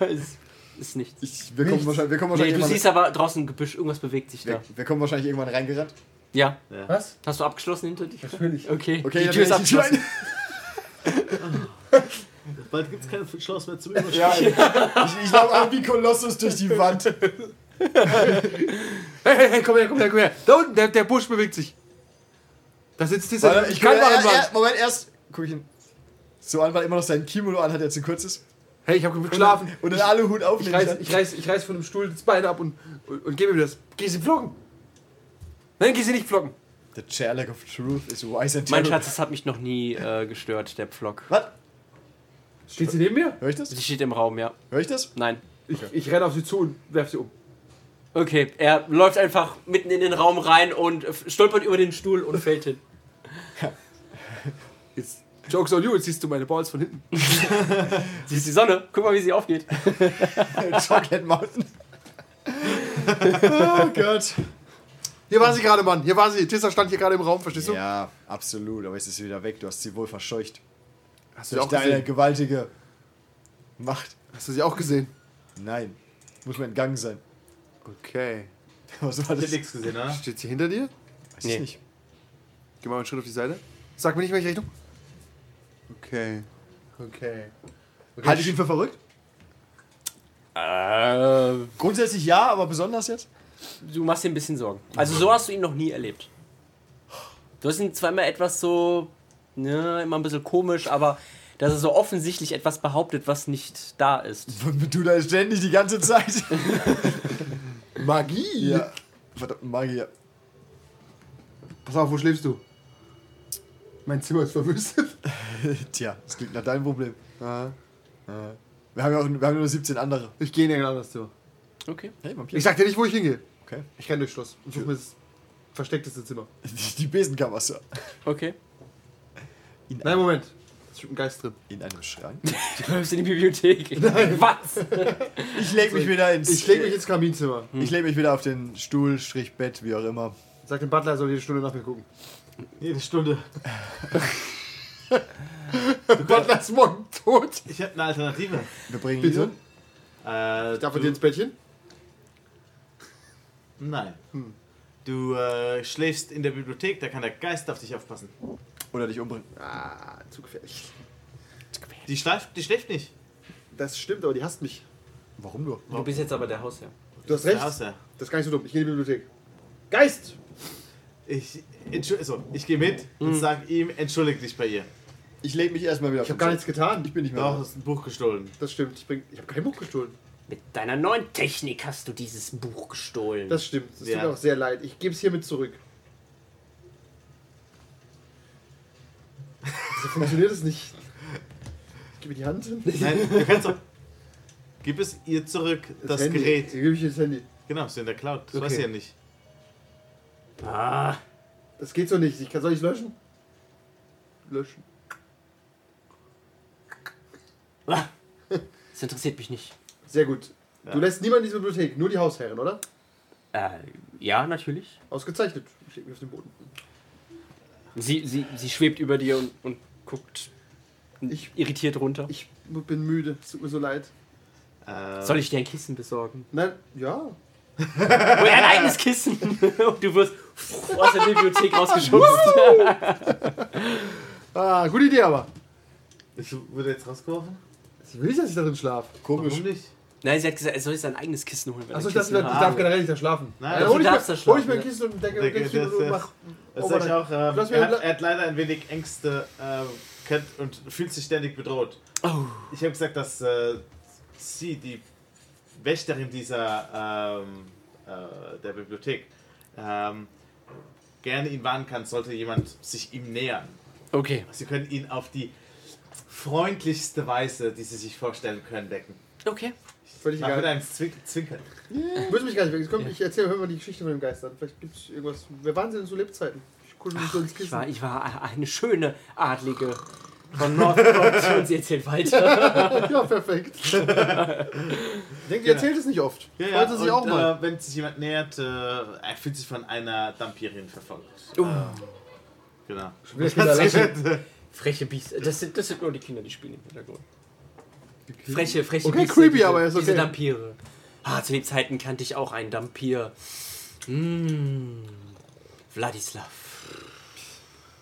Speaker 3: ist, ist nichts.
Speaker 5: Ich, wir, kommen wahrscheinlich, wir, kommen
Speaker 3: Nee,
Speaker 5: wahrscheinlich
Speaker 3: du siehst
Speaker 5: irgendwann,
Speaker 3: aber draußen ein Gebüsch, irgendwas bewegt sich da.
Speaker 5: wir, wir kommen wahrscheinlich irgendwann reingerannt.
Speaker 3: Ja.
Speaker 8: Was?
Speaker 3: Hast du abgeschlossen hinter dich?
Speaker 8: Natürlich.
Speaker 3: Okay,
Speaker 5: Okay,
Speaker 3: die
Speaker 5: dann *laughs*
Speaker 3: Tür ist
Speaker 5: bin ich die Tür
Speaker 3: abgeschlossen.
Speaker 6: Bald gibt es kein Schloss mehr zum Überschreiben.
Speaker 5: Ja, ich, ich laufe ab wie Kolossus durch die
Speaker 3: *laughs*
Speaker 5: Wand.
Speaker 4: Hey, hey, hey, komm her, komm her, komm her. Da unten, der, der Busch bewegt sich. Da sitzt dieser.
Speaker 5: Warte, ich kann
Speaker 4: kann
Speaker 5: er,
Speaker 4: machen, Mann.
Speaker 5: er, Moment, erst guck ich ihn so an, weil er immer noch seinen Kimono anhat, der zu kurz ist.
Speaker 4: Hey, ich hab geschlafen.
Speaker 5: Und den Aluhut
Speaker 4: Ich
Speaker 5: aufnehmen
Speaker 4: reiß,
Speaker 5: kann.
Speaker 4: ich, reiß, ich reiß von dem Stuhl das Bein ab und, und, und gebe ihm das. Geh sie flocken. Nein, geh sie nicht flocken.
Speaker 5: The Sherlock of Truth is wise and
Speaker 3: Mein
Speaker 5: terrible.
Speaker 3: Schatz, das hat mich noch nie äh, gestört, der Pflock.
Speaker 5: Was?
Speaker 4: Steht sie neben mir?
Speaker 5: Hör ich das?
Speaker 3: Die steht im Raum, ja.
Speaker 5: Hör ich das?
Speaker 3: Nein.
Speaker 4: Ich, ich renne auf sie zu und werf sie um.
Speaker 3: Okay, er läuft einfach mitten in den Raum rein und äh, stolpert über den Stuhl und fällt hin.
Speaker 4: Jetzt, Jokes on you, jetzt siehst du meine Balls von hinten.
Speaker 3: Siehst die Sonne? Guck mal, wie sie aufgeht.
Speaker 5: *laughs* Chocolate Mountain. oh Gott.
Speaker 4: Hier war sie gerade, Mann. Hier war sie. Tissa stand hier gerade im Raum, verstehst du?
Speaker 5: Ja, absolut, aber es ist wieder weg. Du hast sie wohl verscheucht.
Speaker 4: Hast du sie
Speaker 5: Durch
Speaker 4: auch
Speaker 5: deine
Speaker 4: gesehen?
Speaker 5: gewaltige Macht.
Speaker 4: Hast du sie auch gesehen?
Speaker 5: Nein. Muss man entgangen sein. *laughs*
Speaker 4: Okay.
Speaker 5: Was war
Speaker 6: Ich
Speaker 5: das?
Speaker 6: hab nichts gesehen, oder?
Speaker 4: Steht sie hinter dir?
Speaker 5: Weiß
Speaker 3: Nee.
Speaker 5: ich nicht.
Speaker 4: Geh mal einen Schritt auf die Seite. Sag mir nicht, welche Richtung. Okay. Okay.
Speaker 5: Halte ich ihn für verrückt? Grundsätzlich ja, aber besonders jetzt? *laughs*
Speaker 3: Du machst dir ein bisschen Sorgen. Also so hast du ihn noch nie erlebt. Du hast ihn zwar immer etwas so, ne, immer ein bisschen komisch, aber dass er so offensichtlich etwas behauptet, was nicht da ist.
Speaker 5: Du da ständig die
Speaker 4: *laughs*
Speaker 5: ganze Zeit.
Speaker 4: Magie?
Speaker 5: Ja. Verdammt, Magier.
Speaker 4: Pass auf, wo schläfst du?
Speaker 7: Mein Zimmer ist verwüstet.
Speaker 5: Tja, das klingt nach deinem Problem. Wir haben ja auch, wir haben nur 17 andere.
Speaker 4: Ich gehe in ein anderes Zimmer.
Speaker 3: Okay.
Speaker 5: Hey, Vampir.
Speaker 4: Ich sag dir nicht, wo ich hingehe.
Speaker 5: Okay.
Speaker 4: Ich renne durchs Schloss und suche mir das versteckteste Zimmer.
Speaker 5: Die, die Besenkammer, Sir.
Speaker 3: Okay.
Speaker 4: Nein, Moment. Es ist ein Geist drin.
Speaker 5: In einem Schrank?
Speaker 3: Du läufst in die Bibliothek. Was?
Speaker 5: Also, Ich leg mich wieder ins.
Speaker 4: Ich lege mich ins Kaminzimmer.
Speaker 5: Ich leg mich wieder auf den Stuhl, Strich, Bett, wie auch immer.
Speaker 4: Sag dem Butler, er soll jede Stunde nach mir gucken.
Speaker 6: Jede Stunde.
Speaker 4: Butler ist morgen tot.
Speaker 6: Ich habe eine Alternative.
Speaker 5: Wir bringen
Speaker 4: Bitte?
Speaker 5: ihn.
Speaker 6: Äh,
Speaker 4: *laughs* Darf er dir
Speaker 6: du,
Speaker 4: ins Bettchen?
Speaker 6: nein. Du äh, schläfst in der Bibliothek, da kann der Geist auf dich aufpassen.
Speaker 5: Oder dich umbringen.
Speaker 4: Ah, zu gefährlich.
Speaker 6: Die schläft, die schläft nicht.
Speaker 4: Das stimmt, aber die hasst mich.
Speaker 5: Warum nur?
Speaker 3: Du bist jetzt aber der Hausherr.
Speaker 4: Du hast
Speaker 6: Der
Speaker 4: recht.
Speaker 6: Hausherr.
Speaker 4: Das ist gar nicht so dumm. Ich gehe in die Bibliothek. Geist!
Speaker 6: Ich, entschuldige, so, ich gehe mit und sag ihm, entschuldige dich bei ihr.
Speaker 5: Ich leg mich erstmal wieder auf
Speaker 4: Ich habe gar nichts getan.
Speaker 5: Ich bin nicht mehr.
Speaker 6: Doch,
Speaker 5: da.
Speaker 6: hast ein Buch gestohlen.
Speaker 4: Das stimmt. Ich, bring- ich habe kein Buch gestohlen.
Speaker 3: Mit deiner neuen Technik hast du dieses Buch gestohlen.
Speaker 4: Das stimmt. Das
Speaker 6: Ja.
Speaker 4: tut mir auch sehr leid. Ich gebe es hiermit zurück. *laughs* So Also funktioniert es nicht. Ich gebe die Hand hin.
Speaker 6: Nein, du kannst doch. Gib es ihr zurück, das,
Speaker 4: Handy. Ich
Speaker 6: Gerät.
Speaker 4: gebe ich das Handy.
Speaker 6: Genau, ist in der Cloud. Das
Speaker 4: Okay.
Speaker 6: weiß ich ja nicht.
Speaker 3: ah,
Speaker 4: Das geht so nicht. Ich kann, soll ich löschen? Löschen.
Speaker 3: das interessiert mich nicht.
Speaker 4: Sehr gut.
Speaker 6: Ja.
Speaker 4: Du lässt niemanden in diese Bibliothek, nur die Hausherren, oder?
Speaker 3: Äh, ja, natürlich.
Speaker 4: Ausgezeichnet. Ich lege mich auf den Boden.
Speaker 3: Sie, sie, sie schwebt über dir und, und guckt
Speaker 4: Ich-
Speaker 3: irritiert runter.
Speaker 4: Ich bin müde. Es tut mir so leid.
Speaker 6: Äh,
Speaker 3: Soll ich dir ein Kissen besorgen?
Speaker 4: Nein, ja.
Speaker 3: Hol ein eigenes Kissen! Und du wirst aus der Bibliothek rausgeschubst.
Speaker 4: Ah, gute Idee aber.
Speaker 6: ich wurde jetzt rausgeworfen?
Speaker 4: Sie will nicht, dass ich darin schlafe.
Speaker 6: Warum nicht?
Speaker 3: Nein, sie hat gesagt, er soll sein eigenes Kissen holen. wenn er ein
Speaker 4: Achso, ich dachte,
Speaker 3: Kissen
Speaker 4: ich
Speaker 3: hat.
Speaker 4: darf generell nicht da schlafen.
Speaker 6: Nein,
Speaker 4: Dann hol
Speaker 6: also
Speaker 4: ich
Speaker 3: du
Speaker 4: mir-
Speaker 3: darfst da schlafen,
Speaker 4: Hol ich mir ein
Speaker 3: ja.
Speaker 4: Kissen und denke,
Speaker 6: Decke,
Speaker 4: denke
Speaker 6: das-
Speaker 4: und
Speaker 6: das-
Speaker 4: mach.
Speaker 6: Das
Speaker 4: Oh,
Speaker 6: sag ich
Speaker 4: warte.
Speaker 6: auch. Ähm,
Speaker 4: Lass mir-
Speaker 6: er, hat, er hat leider ein wenig Ängste ähm, kennt und fühlt sich ständig bedroht.
Speaker 4: Oh.
Speaker 6: Ich habe gesagt, dass äh, sie, die Wächterin dieser ähm, äh, der Bibliothek, ähm, gerne ihn warnen kann, sollte jemand sich ihm nähern.
Speaker 3: Okay,
Speaker 6: Sie können ihn auf die freundlichste Weise, die sie sich vorstellen können, wecken.
Speaker 3: okay.
Speaker 4: Völlig
Speaker 6: Mach mit
Speaker 4: egal.
Speaker 6: einem Zwink Zwinkern.
Speaker 4: Ich muss mich gar nicht weg. Komm, ich erzähle hör mal die Geschichte von dem Geist an. Vielleicht gibt es irgendwas. Wer waren sie denn zu Lebzeiten? Ich kuschel mich so ins
Speaker 3: Ich war,
Speaker 4: Kissen.
Speaker 3: ich war eine schöne Adlige von Nordgott und sie erzählt weiter.
Speaker 4: *laughs* Ja, perfekt. ich denke, ihr erzählt es nicht oft.
Speaker 6: Genau. Ja, ja,
Speaker 4: Wollte
Speaker 6: und,
Speaker 4: sie auch mal.
Speaker 6: Äh, wenn sich jemand nähert, äh, er fühlt sich von einer Dampirin verfolgt.
Speaker 4: Um.
Speaker 6: Genau. *laughs*
Speaker 4: Wieder Kinderlachen.
Speaker 3: Freche Biest. Das sind, das sind nur die Kinder, die spielen im Hintergrund. Freche, freche
Speaker 4: Okay, creepy,
Speaker 3: diese,
Speaker 4: aber ist
Speaker 3: Diese
Speaker 4: okay.
Speaker 3: Dampire. Ah, Hm. zu den Zeiten kannte ich auch einen Dampir. Mmm. Wladislav.